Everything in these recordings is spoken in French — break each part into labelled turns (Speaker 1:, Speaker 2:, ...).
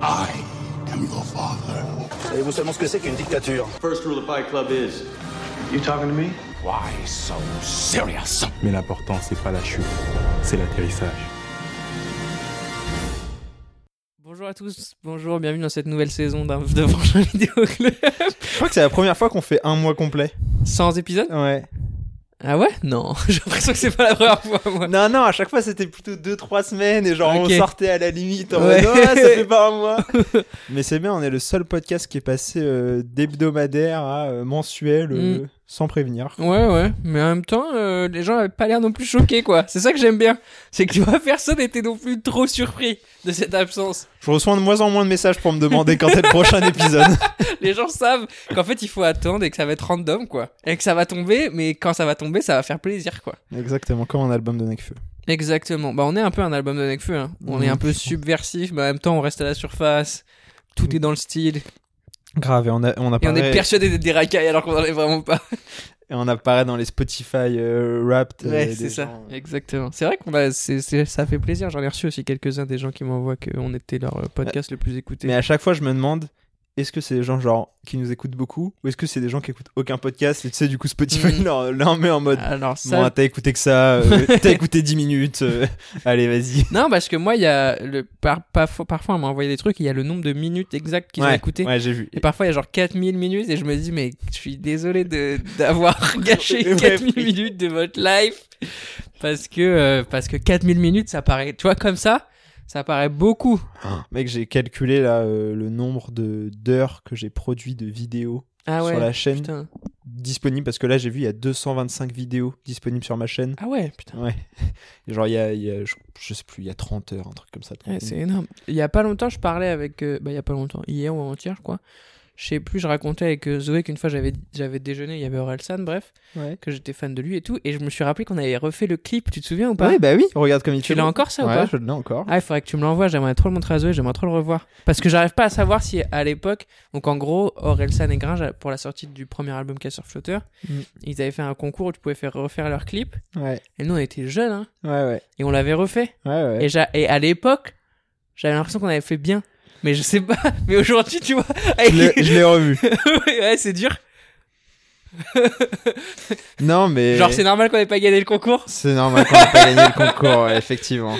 Speaker 1: I am your father.
Speaker 2: Savez-vous seulement ce que c'est qu'une dictature
Speaker 3: First rule of Fight Club is You talking to me
Speaker 1: Why so serious?
Speaker 4: Mais l'important, c'est pas la chute, c'est l'atterrissage.
Speaker 5: Bonjour à tous, bonjour, bienvenue dans cette nouvelle saison d'un- de Branche Vidéo Club.
Speaker 6: Je crois que c'est la première fois qu'on fait un mois complet.
Speaker 5: Sans épisode
Speaker 6: Ouais.
Speaker 5: Ah ouais Non, j'ai l'impression que c'est pas la première fois, moi.
Speaker 6: Non, non, à chaque fois c'était plutôt 2-3 semaines et genre
Speaker 5: Ok.
Speaker 6: on sortait à la limite en
Speaker 5: Ouais.
Speaker 6: mode, Ah, ça fait pas un mois. Mais c'est bien, on est le seul podcast qui est passé euh, d'hebdomadaire à euh, mensuel euh, sans prévenir.
Speaker 5: Ouais, ouais, mais en même temps, euh, les gens avaient pas l'air non plus choqués, quoi. C'est ça que j'aime bien. C'est que tu vois, personne n'était non plus trop surpris de cette absence.
Speaker 6: Je reçois de moins en moins de messages pour me demander quand est le prochain épisode.
Speaker 5: Les gens savent qu'en fait, il faut attendre et que ça va être random, quoi. Et que ça va tomber, mais quand ça va tomber, ça va faire plaisir, quoi.
Speaker 6: Exactement, comme un album de Nekfeu.
Speaker 5: Exactement. Bah, on est un peu un album de Nekfeu. Hein. On
Speaker 6: Mmh.
Speaker 5: est un peu subversif, mais en même temps, on reste à la surface. Tout est dans le style.
Speaker 6: Grave, et on, a- on
Speaker 5: Et on
Speaker 6: apparaît,
Speaker 5: est persuadé d'être des racailles alors qu'on en est vraiment pas.
Speaker 6: et on apparaît dans les Spotify euh, Wrapped. euh,
Speaker 5: Ouais,
Speaker 6: des
Speaker 5: c'est ça.
Speaker 6: gens, euh.
Speaker 5: Exactement. C'est vrai qu'on a, c'est, c'est- ça fait plaisir. J'en ai reçu aussi quelques-uns des gens qui m'envoient qu'on était leur euh, podcast le plus écouté.
Speaker 6: Mais à chaque fois, je me demande. Est-ce que c'est des gens genre qui nous écoutent beaucoup ou est-ce que c'est des gens qui écoutent aucun podcast et tu sais du coup Spotify
Speaker 5: Mm.
Speaker 6: leur, leur met en mode
Speaker 5: Alors
Speaker 6: Bon,
Speaker 5: ça.
Speaker 6: t'as écouté que ça, euh, t'as écouté 10 minutes, euh, allez, vas-y.
Speaker 5: Non, parce que moi, il y a le, par, parfois, parfois, on m'a envoyé des trucs, il y a le nombre de minutes exactes qu'ils ont
Speaker 6: Ouais,
Speaker 5: écouté.
Speaker 6: Ouais, j'ai vu.
Speaker 5: Et parfois, il y a genre 4000 minutes et je me dis, mais je suis désolé de, d'avoir gâché
Speaker 6: Ouais,
Speaker 5: 4000
Speaker 6: oui.
Speaker 5: minutes de votre life. Parce que, euh, parce que 4000 minutes, ça paraît, tu vois, comme ça, ça paraît beaucoup.
Speaker 6: Mec, j'ai calculé là euh, le nombre de d'heures que j'ai produit de vidéos
Speaker 5: Ah ouais.
Speaker 6: sur la chaîne
Speaker 5: Putain.
Speaker 6: disponibles parce que là, j'ai vu il y a 225 vidéos disponibles sur ma chaîne.
Speaker 5: Ah ouais, putain.
Speaker 6: Ouais. Et genre il y a, il y a- je, je sais plus, il y a 30 heures, un truc comme ça. 30
Speaker 5: Ouais,
Speaker 6: minutes.
Speaker 5: c'est énorme. Il y a pas longtemps, je parlais avec. euh, bah, il y a pas longtemps, hier ou avant-hier, je crois. Je sais plus, je racontais avec euh, Zoé qu'une fois j'avais j'avais déjeuné, il y avait Orelsan, bref,
Speaker 6: Ouais.
Speaker 5: que j'étais fan de lui et tout. Et je me suis rappelé qu'on avait refait le clip, tu te souviens ou pas
Speaker 6: Ouais, bah oui, regarde comme il
Speaker 5: Tu l'as encore ça ou
Speaker 6: Ouais,
Speaker 5: pas
Speaker 6: je l'ai encore.
Speaker 5: Ah, il faudrait que tu me l'envoies, j'aimerais trop le montrer à Zoé, j'aimerais trop le revoir. Parce que j'arrive pas à savoir si à l'époque, donc en gros, Orelsan et Gringe, pour la sortie du premier album Casseur Flotteur,
Speaker 6: Mm.
Speaker 5: ils avaient fait un concours où tu pouvais faire refaire leur clip.
Speaker 6: Ouais,
Speaker 5: Et nous on était jeunes, hein,
Speaker 6: ouais, ouais.
Speaker 5: et on l'avait refait.
Speaker 6: ouais, ouais.
Speaker 5: Et, j'a- et à l'époque, j'avais l'impression qu'on avait fait bien. Mais je sais pas. Mais aujourd'hui, tu vois. avec
Speaker 6: Je l'ai- je l'ai revu.
Speaker 5: les- ouais, c'est dur.
Speaker 6: Non, mais.
Speaker 5: Genre, c'est normal qu'on ait pas gagné le concours.
Speaker 6: C'est normal qu'on ait pas gagné le concours, ouais, effectivement.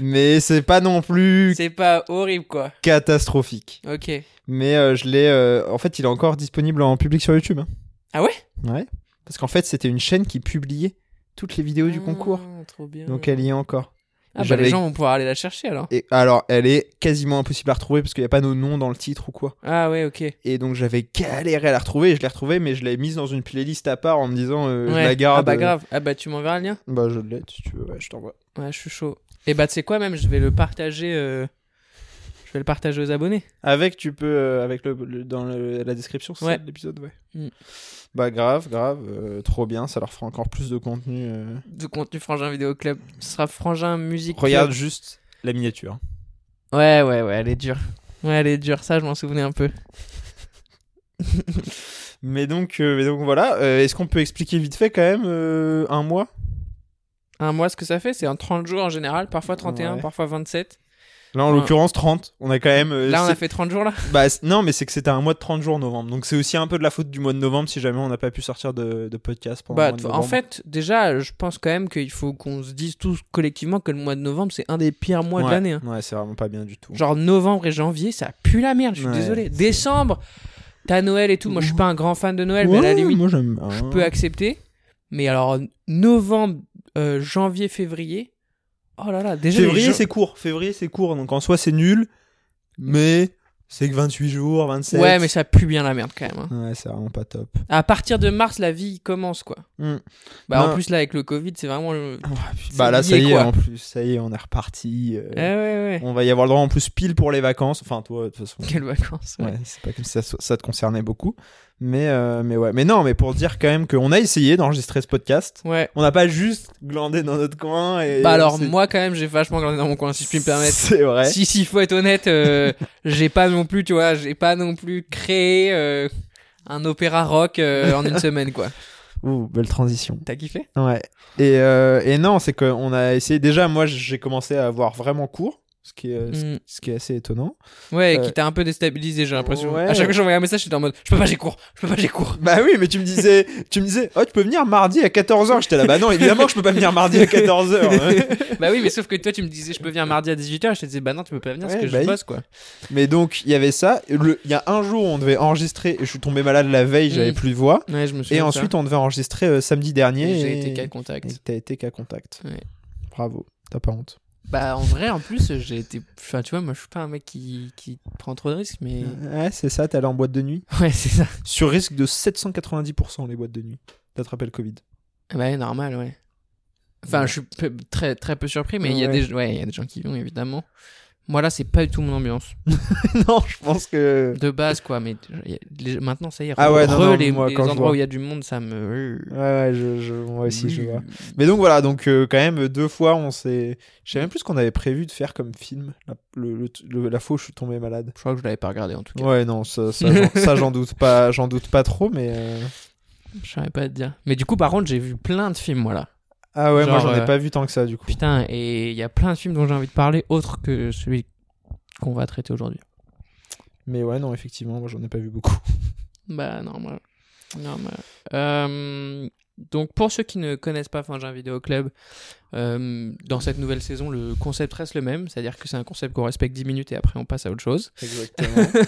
Speaker 6: Mais c'est pas non plus
Speaker 5: C'est pas horrible, quoi.
Speaker 6: catastrophique.
Speaker 5: Ok.
Speaker 6: Mais euh, je l'ai. euh, en fait, il est encore disponible en public sur YouTube. hein.
Speaker 5: Ah ouais
Speaker 6: Ouais. Parce qu'en fait, c'était une chaîne qui publiait toutes les vidéos du concours.
Speaker 5: Ah, Trop bien.
Speaker 6: Donc elle y est encore.
Speaker 5: Ah, bah,
Speaker 6: j'avais-
Speaker 5: les gens vont pouvoir aller la chercher alors.
Speaker 6: Et alors, elle est quasiment impossible à retrouver parce qu'il n'y a pas nos noms dans le titre ou quoi.
Speaker 5: Ah, ouais, ok.
Speaker 6: Et donc j'avais galéré à la retrouver et je l'ai retrouvée, mais je l'ai mise dans une playlist à part en me disant euh, je
Speaker 5: Ouais.
Speaker 6: la garde.
Speaker 5: Ah, bah,
Speaker 6: euh,
Speaker 5: grave. Ah, bah, tu m'enverras le lien
Speaker 6: Bah je l'ai si tu veux, ouais, je t'envoie.
Speaker 5: Ouais, je suis chaud. Et bah, tu sais quoi, même, je vais le partager. euh, Je vais le partager aux abonnés.
Speaker 6: Avec, tu peux, euh, avec le, le- dans le- la description, c'est
Speaker 5: Ouais.
Speaker 6: ça, de l'épisode, ouais.
Speaker 5: Mm.
Speaker 6: Bah grave, grave, euh, trop bien, ça leur fera encore plus de contenu. euh.
Speaker 5: De contenu Frangin Vidéo Club. Ce sera Frangin Musique.
Speaker 6: Regarde juste la miniature.
Speaker 5: Club. Ouais, ouais, ouais, elle est dure. Ouais, elle est dure. Ça, je m'en souvenais un peu.
Speaker 6: Mais donc, euh, mais donc voilà, euh, est-ce qu'on peut expliquer vite fait quand même euh, un mois
Speaker 5: Un mois, ce que ça fait, c'est en 30 jours en général, parfois 31,
Speaker 6: Ouais.
Speaker 5: parfois 27.
Speaker 6: Là en
Speaker 5: Ouais.
Speaker 6: l'occurrence 30, on a quand même... euh,
Speaker 5: Là, on a
Speaker 6: c'est-
Speaker 5: fait 30 jours, là.
Speaker 6: bah, c'est- non mais c'est que c'était un mois de 30 jours novembre, donc c'est aussi un peu de la faute du mois de novembre si jamais on n'a pas pu sortir de, de podcast pendant
Speaker 5: Bah,
Speaker 6: le mois de
Speaker 5: t- en
Speaker 6: novembre.
Speaker 5: fait, déjà, je pense quand même qu'il faut qu'on se dise tous collectivement que le mois de novembre, c'est un des pires mois de
Speaker 6: Ouais,
Speaker 5: l'année. hein.
Speaker 6: Ouais, c'est vraiment pas bien du tout.
Speaker 5: Genre novembre et janvier, ça pue la merde, je suis
Speaker 6: Ouais,
Speaker 5: désolé. Décembre, t'as Noël et tout. Moi, je suis pas un grand fan de Noël, mais à la
Speaker 6: Ouais,
Speaker 5: limite,
Speaker 6: moi j'aime...
Speaker 5: je
Speaker 6: hein.
Speaker 5: peux accepter. Mais alors, novembre, euh, janvier, février. Oh là là, déjà. les
Speaker 6: Février,
Speaker 5: gens-
Speaker 6: c'est court. Février, c'est court. Donc en soi, c'est nul. Mais c'est que 28 jours, 27.
Speaker 5: Ouais, mais ça pue bien la merde quand même. hein.
Speaker 6: Ouais, c'est vraiment pas top.
Speaker 5: À partir de mars, la vie commence, quoi.
Speaker 6: Hmm.
Speaker 5: Bah, en
Speaker 6: Non.
Speaker 5: plus, là, avec le Covid, c'est vraiment le. C'est
Speaker 6: Bah là, ça
Speaker 5: lié,
Speaker 6: y est,
Speaker 5: quoi.
Speaker 6: en plus. Ça y est, on est reparti. euh,
Speaker 5: Eh ouais, ouais.
Speaker 6: On va y avoir le droit en plus pile pour les vacances. Enfin, toi, de toute façon.
Speaker 5: Quelles vacances. ouais.
Speaker 6: Ouais, c'est pas comme si ça, so- ça te concernait beaucoup. Mais, euh, mais ouais. Mais non, mais pour dire quand même qu'on a essayé d'enregistrer ce podcast.
Speaker 5: Ouais.
Speaker 6: On n'a pas juste glandé dans notre coin. Et
Speaker 5: Bah alors,
Speaker 6: c'est-
Speaker 5: moi, quand même, j'ai vachement grandi dans mon coin, si je puis me permettre.
Speaker 6: C'est vrai.
Speaker 5: Si, si, faut être honnête, euh, j'ai pas non plus, tu vois, j'ai pas non plus créé euh, un opéra rock euh, en une semaine, quoi.
Speaker 6: Ouh, belle transition.
Speaker 5: T'as kiffé
Speaker 6: Ouais. Et, euh, et non, c'est qu'on a essayé. Déjà, moi, j'ai commencé à avoir vraiment cours. ce qui est, euh, ce-
Speaker 5: Mm.
Speaker 6: ce qui est assez étonnant.
Speaker 5: Ouais,
Speaker 6: Euh,
Speaker 5: qui t'a un peu déstabilisé, j'ai l'impression.
Speaker 6: ouais.
Speaker 5: À chaque fois que j'envoyais un message, j'étais en mode Je peux pas, j'ai cours, je peux pas, j'ai cours.
Speaker 6: Bah oui, mais tu me disais, tu me disais, oh, tu peux venir mardi à 14h. J'étais là, bah non, évidemment, que je peux pas venir mardi à hein. 14h.
Speaker 5: bah oui, mais sauf que toi, tu me disais Je peux venir mardi à 18h, je te disais Bah non, tu peux pas venir parce
Speaker 6: Ouais,
Speaker 5: que
Speaker 6: bah
Speaker 5: je
Speaker 6: oui.
Speaker 5: bosse, quoi.
Speaker 6: mais donc, il y avait ça. Le- Il y a un jour, on devait enregistrer. et Je suis tombé malade la veille, j'avais
Speaker 5: Mm.
Speaker 6: plus de voix.
Speaker 5: Ouais, je me souviens.
Speaker 6: Et
Speaker 5: de
Speaker 6: ensuite, on devait enregistrer euh, samedi
Speaker 5: ça.
Speaker 6: dernier.
Speaker 5: Et j'ai été
Speaker 6: et-
Speaker 5: cas
Speaker 6: et
Speaker 5: contact.
Speaker 6: T'as été qu'à contact.
Speaker 5: Ouais.
Speaker 6: Bravo, t'as pas honte.
Speaker 5: Bah en vrai, en plus, j'ai été. Enfin, tu vois, moi, je suis pas un mec qui, qui prend trop de risques, mais.
Speaker 6: Ouais, c'est ça, t'es allé en boîte de nuit.
Speaker 5: Ouais, c'est ça.
Speaker 6: Sur risque de 790% les boîtes de nuit d'attraper le Covid.
Speaker 5: Ah Bah, normal, ouais. Enfin, je suis peu- très, très peu surpris, mais il y a
Speaker 6: Ouais.
Speaker 5: des ouais, il y a des gens qui y vont, évidemment. Moi, là, c'est pas du tout mon ambiance.
Speaker 6: non, je pense que.
Speaker 5: De base, quoi, mais il y a- les- maintenant, ça y est.
Speaker 6: Ah ouais, non,
Speaker 5: re-
Speaker 6: non,
Speaker 5: les,
Speaker 6: moi,
Speaker 5: les
Speaker 6: quand je
Speaker 5: endroits
Speaker 6: vois.
Speaker 5: où il y a du monde, ça me.
Speaker 6: Ouais, ouais, je, je- moi aussi, je vois. Mais donc voilà, donc euh, quand même, deux fois, on s'est. Je sais même plus ce qu'on avait prévu de faire comme film. La, le- le- le- la faux, je suis tombé malade.
Speaker 5: Je crois que je l'avais pas regardé, en tout cas.
Speaker 6: Ouais, non, ça, ça, j'en- ça, j'en doute pas, j'en doute pas trop, mais. euh,
Speaker 5: Je savais pas te dire. Mais du coup, par contre, j'ai vu plein de films, moi, là.
Speaker 6: Ah ouais, moi
Speaker 5: Genre,
Speaker 6: j'en ai
Speaker 5: euh,
Speaker 6: pas vu tant que ça du coup.
Speaker 5: Putain, et il y a plein de films dont j'ai envie de parler, autres que celui qu'on va traiter aujourd'hui.
Speaker 6: Mais ouais, non, effectivement, moi j'en ai pas vu beaucoup.
Speaker 5: Bah, normal. Normal. Euh, donc, pour ceux qui ne connaissent pas Fangin Vidéo Club, euh, dans cette nouvelle saison, le concept reste le même, c'est-à-dire que c'est un concept qu'on respecte 10 minutes et après on passe à autre chose.
Speaker 6: Exactement.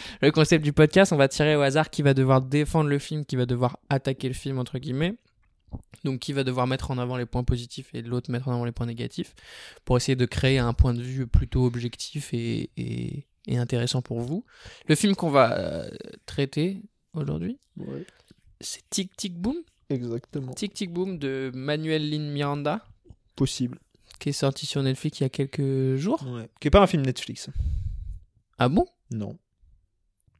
Speaker 5: le concept du podcast, on va tirer au hasard qui va devoir défendre le film, qui va devoir attaquer le film, entre guillemets. Donc, qui va devoir mettre en avant les points positifs et l'autre mettre en avant les points négatifs pour essayer de créer un point de vue plutôt objectif et, et- et intéressant pour vous. Le film qu'on va euh, traiter aujourd'hui,
Speaker 6: Ouais,
Speaker 5: c'est Tic Tic Boom.
Speaker 6: exactement.
Speaker 5: Tic Tic Boom de Manuel Lin Miranda,
Speaker 6: Possible.
Speaker 5: qui est sorti sur Netflix il y a quelques jours.
Speaker 6: Ouais. Qui est pas un film Netflix.
Speaker 5: Ah bon
Speaker 6: Non.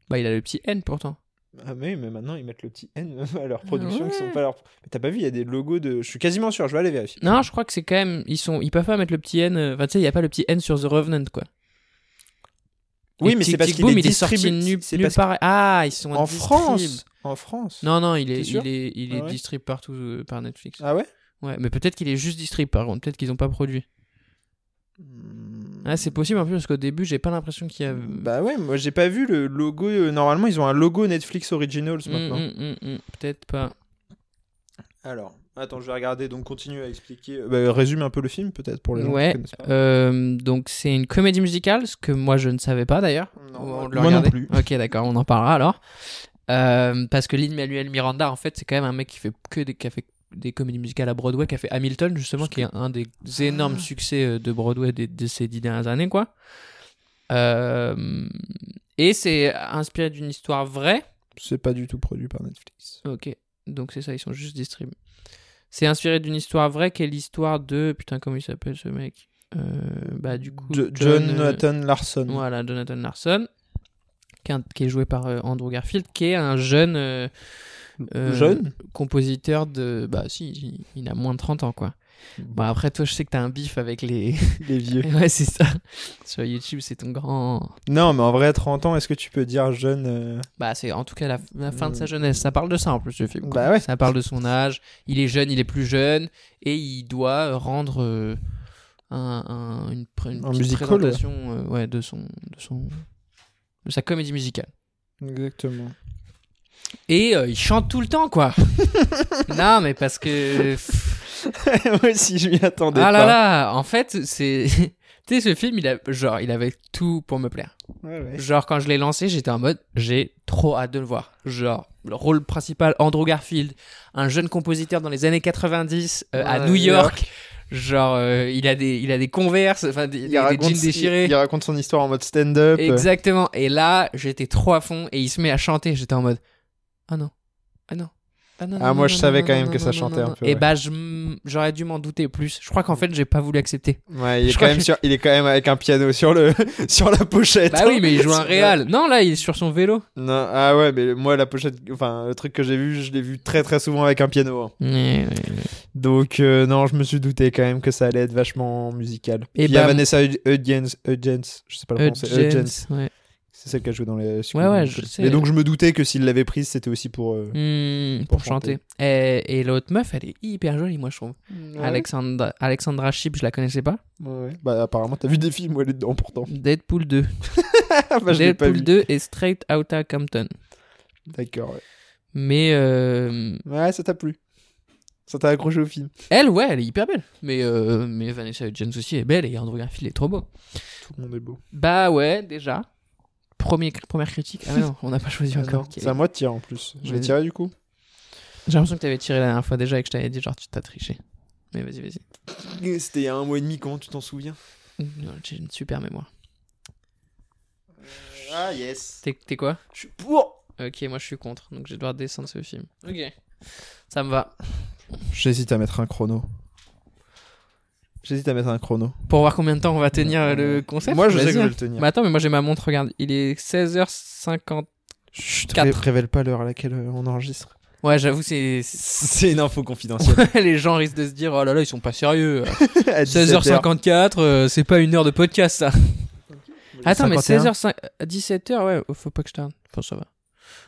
Speaker 5: Bah, il a le petit N pourtant.
Speaker 6: Ah mais, mais maintenant ils mettent le petit N à leur production qui
Speaker 5: ouais.
Speaker 6: sont pas leur. Mais t'as pas vu il y a des logos de. Je suis quasiment sûr, je vais aller vérifier.
Speaker 5: Non, je crois que c'est quand même. Ils, sont, ils peuvent pas mettre le petit N. euh, Enfin, tu sais, il n'y a pas le petit N sur The Revenant, quoi.
Speaker 6: Oui,
Speaker 5: Et
Speaker 6: mais
Speaker 5: Tic
Speaker 6: c'est parce
Speaker 5: Tic
Speaker 6: qu'il
Speaker 5: Boom,
Speaker 6: est
Speaker 5: il est sorti
Speaker 6: distribué-
Speaker 5: nu-
Speaker 6: c'est
Speaker 5: nulle
Speaker 6: parce
Speaker 5: part. Ah, ils sont
Speaker 6: En
Speaker 5: distrib-
Speaker 6: France. En France.
Speaker 5: Non, non, il est,
Speaker 6: T'es sûr
Speaker 5: il est, il est
Speaker 6: Ah ouais.
Speaker 5: distrib partout euh, par Netflix.
Speaker 6: Ah ouais.
Speaker 5: Ouais, mais peut-être qu'il est juste distrib par contre. Peut-être qu'ils n'ont pas produit. Ah, c'est possible en plus parce qu'au début, j'ai pas l'impression qu'il y a.
Speaker 6: Bah ouais, moi j'ai pas vu le logo. euh, Normalement ils ont un logo Netflix Originals
Speaker 5: Mm,
Speaker 6: maintenant.
Speaker 5: mm, mm, mm, peut-être pas.
Speaker 6: Alors. Attends, je vais regarder, donc continue à expliquer. Bah, résume un peu le film, peut-être, pour les gens
Speaker 5: Ouais,
Speaker 6: qui connaissent pas.
Speaker 5: Euh, donc c'est une comédie musicale, ce que moi je ne savais pas d'ailleurs.
Speaker 6: Non,
Speaker 5: On
Speaker 6: moi-
Speaker 5: le
Speaker 6: moi non
Speaker 5: regardait.
Speaker 6: plus.
Speaker 5: Ok, d'accord, on en parlera alors. Euh, parce que Lin Manuel Miranda, en fait, c'est quand même un mec qui fait que des, qui a fait des comédies musicales à Broadway, qui a fait Hamilton justement, qui est un des
Speaker 6: Ah.
Speaker 5: énormes succès euh, de Broadway des- de, ces dix dernières années, quoi. Euh, et c'est inspiré d'une histoire vraie.
Speaker 6: C'est pas du tout produit par Netflix.
Speaker 5: Ok, donc c'est ça, ils sont juste distribués. C'est inspiré d'une histoire vraie qui est l'histoire de. Putain, comment il s'appelle ce mec Euh, Bah, du coup.
Speaker 6: Jo-
Speaker 5: John, euh,
Speaker 6: Jonathan Larson.
Speaker 5: Voilà, Jonathan Larson, qui est, un- qui est joué par euh, Andrew Garfield, qui est un jeune. euh, euh,
Speaker 6: Jeune
Speaker 5: Compositeur de. Bah, si, il- il a moins de 30 ans, quoi. Bon, après, toi, je sais que t'as un bif avec les.
Speaker 6: Il est vieux.
Speaker 5: ouais, c'est ça. Sur YouTube, c'est ton grand.
Speaker 6: Non, mais en vrai, 30 ans, est-ce que tu peux dire jeune euh,
Speaker 5: Bah, c'est en tout cas la, la fin de sa jeunesse. Ça parle de ça en plus, le film. quoi.
Speaker 6: Mm. Bah ouais.
Speaker 5: Ça parle de son âge. Il est jeune, il est plus jeune. Et il doit euh, rendre euh, un, un- une, pr- une
Speaker 6: Un
Speaker 5: petite
Speaker 6: musical,
Speaker 5: présentation euh, ouais, de, son, de, son, de sa comédie musicale.
Speaker 6: Exactement.
Speaker 5: Et euh, il chante tout le temps, quoi. non, mais parce que.
Speaker 6: Moi aussi, je m'y attendais
Speaker 5: Ah
Speaker 6: pas.
Speaker 5: là là En fait, c'est. tu sais, ce film, il, a... Genre, il avait tout pour me plaire.
Speaker 6: Ouais, ouais.
Speaker 5: Genre, quand je l'ai lancé, j'étais en mode, j'ai trop hâte de le voir. Genre, le rôle principal, Andrew Garfield, un jeune compositeur dans les années 90 euh, à
Speaker 6: Ouais,
Speaker 5: New
Speaker 6: New
Speaker 5: York. Genre, euh, il, a des, il a des converses, enfin, des, des- des jeans déchirés.
Speaker 6: il raconte son histoire en mode stand-up.
Speaker 5: Exactement. Et là, j'étais trop à fond et il se met à chanter. J'étais en mode, ah non, ah non. Ah, non,
Speaker 6: Ah,
Speaker 5: non,
Speaker 6: moi,
Speaker 5: non,
Speaker 6: je
Speaker 5: non,
Speaker 6: savais
Speaker 5: non,
Speaker 6: quand
Speaker 5: non,
Speaker 6: même que
Speaker 5: non,
Speaker 6: ça
Speaker 5: non,
Speaker 6: chantait
Speaker 5: non,
Speaker 6: un peu,
Speaker 5: Et
Speaker 6: ouais.
Speaker 5: bah, je m- j'aurais dû m'en douter plus. Je crois qu'en fait, j'ai pas voulu accepter.
Speaker 6: Ouais, il est,
Speaker 5: Je
Speaker 6: quand
Speaker 5: crois
Speaker 6: même sur- il est quand même avec un piano sur, le... sur la pochette.
Speaker 5: Bah oui, mais il joue un réal. Non, là, il est sur son vélo.
Speaker 6: Non, ah ouais, mais moi, la pochette, enfin, le truc que j'ai vu, je l'ai vu très très souvent avec un piano. hein.
Speaker 5: Ouais, ouais.
Speaker 6: Donc, euh, non, je me suis douté quand même que ça allait être vachement musical.
Speaker 5: Et
Speaker 6: Et il y a
Speaker 5: bah-
Speaker 6: Vanessa Hud- Hudgens, Hudgens, je sais pas le prononcer,
Speaker 5: Hudgens,
Speaker 6: Hudgens,
Speaker 5: Euh, ouais.
Speaker 6: C'est celle qui a joué dans les.
Speaker 5: Ouais, ouais, je sais.
Speaker 6: Et donc je me doutais que s'il l'avait prise, c'était aussi pour. euh,
Speaker 5: Hmm, pour,
Speaker 6: Pour
Speaker 5: chanter. Et, et l'autre meuf, elle est hyper jolie, moi, je trouve. Alexandra, Alexandra Shipp, je la connaissais pas.
Speaker 6: Ouais, ouais. Bah apparemment, t'as vu des films où elle est dedans pourtant.
Speaker 5: Deadpool 2.
Speaker 6: Ah, bah, je l'ai pas
Speaker 5: Deadpool
Speaker 6: vu.
Speaker 5: 2 et Straight Outta Compton.
Speaker 6: D'accord. Ouais.
Speaker 5: Mais euh,
Speaker 6: Ouais, ça t'a plu. Ça t'a accroché au film.
Speaker 5: elle, ouais, elle est hyper belle. Mais, euh, mais Vanessa Hudgens aussi est belle et Andrew Garfield est trop beau.
Speaker 6: Tout le monde est beau.
Speaker 5: Bah ouais, déjà. Premier, cri- première critique. Ah mais non, on n'a pas choisi
Speaker 6: Ah,
Speaker 5: encore.
Speaker 6: non, C'est à moi de tirer en plus. Je vais
Speaker 5: Vas-y.
Speaker 6: tirer du coup.
Speaker 5: J'ai l'impression que t'avais tiré la dernière fois déjà et que je t'avais dit genre tu t'as triché. Mais vas-y, vas-y.
Speaker 6: C'était il y a un mois et demi, comment tu t'en souviens
Speaker 5: Non, J'ai une super mémoire.
Speaker 6: Ah yes.
Speaker 5: T'es t'es quoi
Speaker 6: Je suis pour.
Speaker 5: Ok, moi je suis contre, donc je vais devoir descendre ce film. Ok. Ça me va.
Speaker 6: J'hésite à mettre un chrono. J'hésite à mettre un chrono.
Speaker 5: Pour voir combien de temps on va tenir euh, le concept.
Speaker 6: moi, je sais
Speaker 5: vas-y,
Speaker 6: que je vais
Speaker 5: hein.
Speaker 6: le tenir.
Speaker 5: Mais attends, mais moi j'ai ma montre, regarde. Il est 16h50.
Speaker 6: Chut,
Speaker 5: quatre.
Speaker 6: ré- révèle pas l'heure à laquelle euh, on enregistre.
Speaker 5: Ouais, j'avoue, c'est.
Speaker 6: C'est une info confidentielle.
Speaker 5: Les gens risquent de se dire, oh là là, ils sont pas sérieux.
Speaker 6: À
Speaker 5: 16h54, euh, c'est pas une heure de podcast ça. Attends, mais
Speaker 6: 51.
Speaker 5: 16h, 17h, euh, ouais, oh, faut pas que je tarde. Enfin, ça va.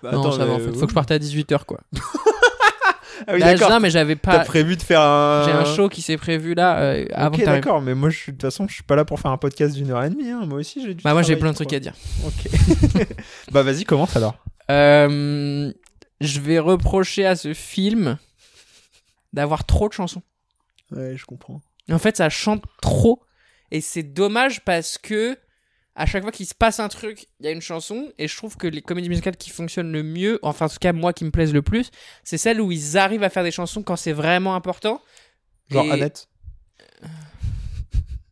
Speaker 6: Bah,
Speaker 5: non,
Speaker 6: attends,
Speaker 5: ça va en
Speaker 6: mais-
Speaker 5: fait. Faut que je parte à 18h quoi.
Speaker 6: Ah oui,
Speaker 5: Là,
Speaker 6: d'accord.
Speaker 5: non, mais j'avais
Speaker 6: T'as
Speaker 5: pas.
Speaker 6: prévu de faire un.
Speaker 5: J'ai un show qui s'est prévu là euh, avant
Speaker 6: Ok,
Speaker 5: que t'arrives.
Speaker 6: d'accord, mais moi, je suis- de toute façon, je suis pas là pour faire un podcast d'une heure et demie. hein. Moi aussi, j'ai du.
Speaker 5: Bah, moi j'ai
Speaker 6: travail,
Speaker 5: plein de
Speaker 6: je
Speaker 5: trucs à dire.
Speaker 6: crois. Ok. bah, vas-y, commence alors.
Speaker 5: Euh, je vais reprocher à ce film d'avoir trop de chansons.
Speaker 6: Ouais, je comprends.
Speaker 5: En fait, ça chante trop. Et c'est dommage parce que à chaque fois qu'il se passe un truc, il y a une chanson. Et je trouve que les comédies musicales qui fonctionnent le mieux, enfin en tout cas moi qui me plaisent le plus, c'est celles où ils arrivent à faire des chansons quand c'est vraiment important.
Speaker 6: Genre
Speaker 5: Et-
Speaker 6: Annette.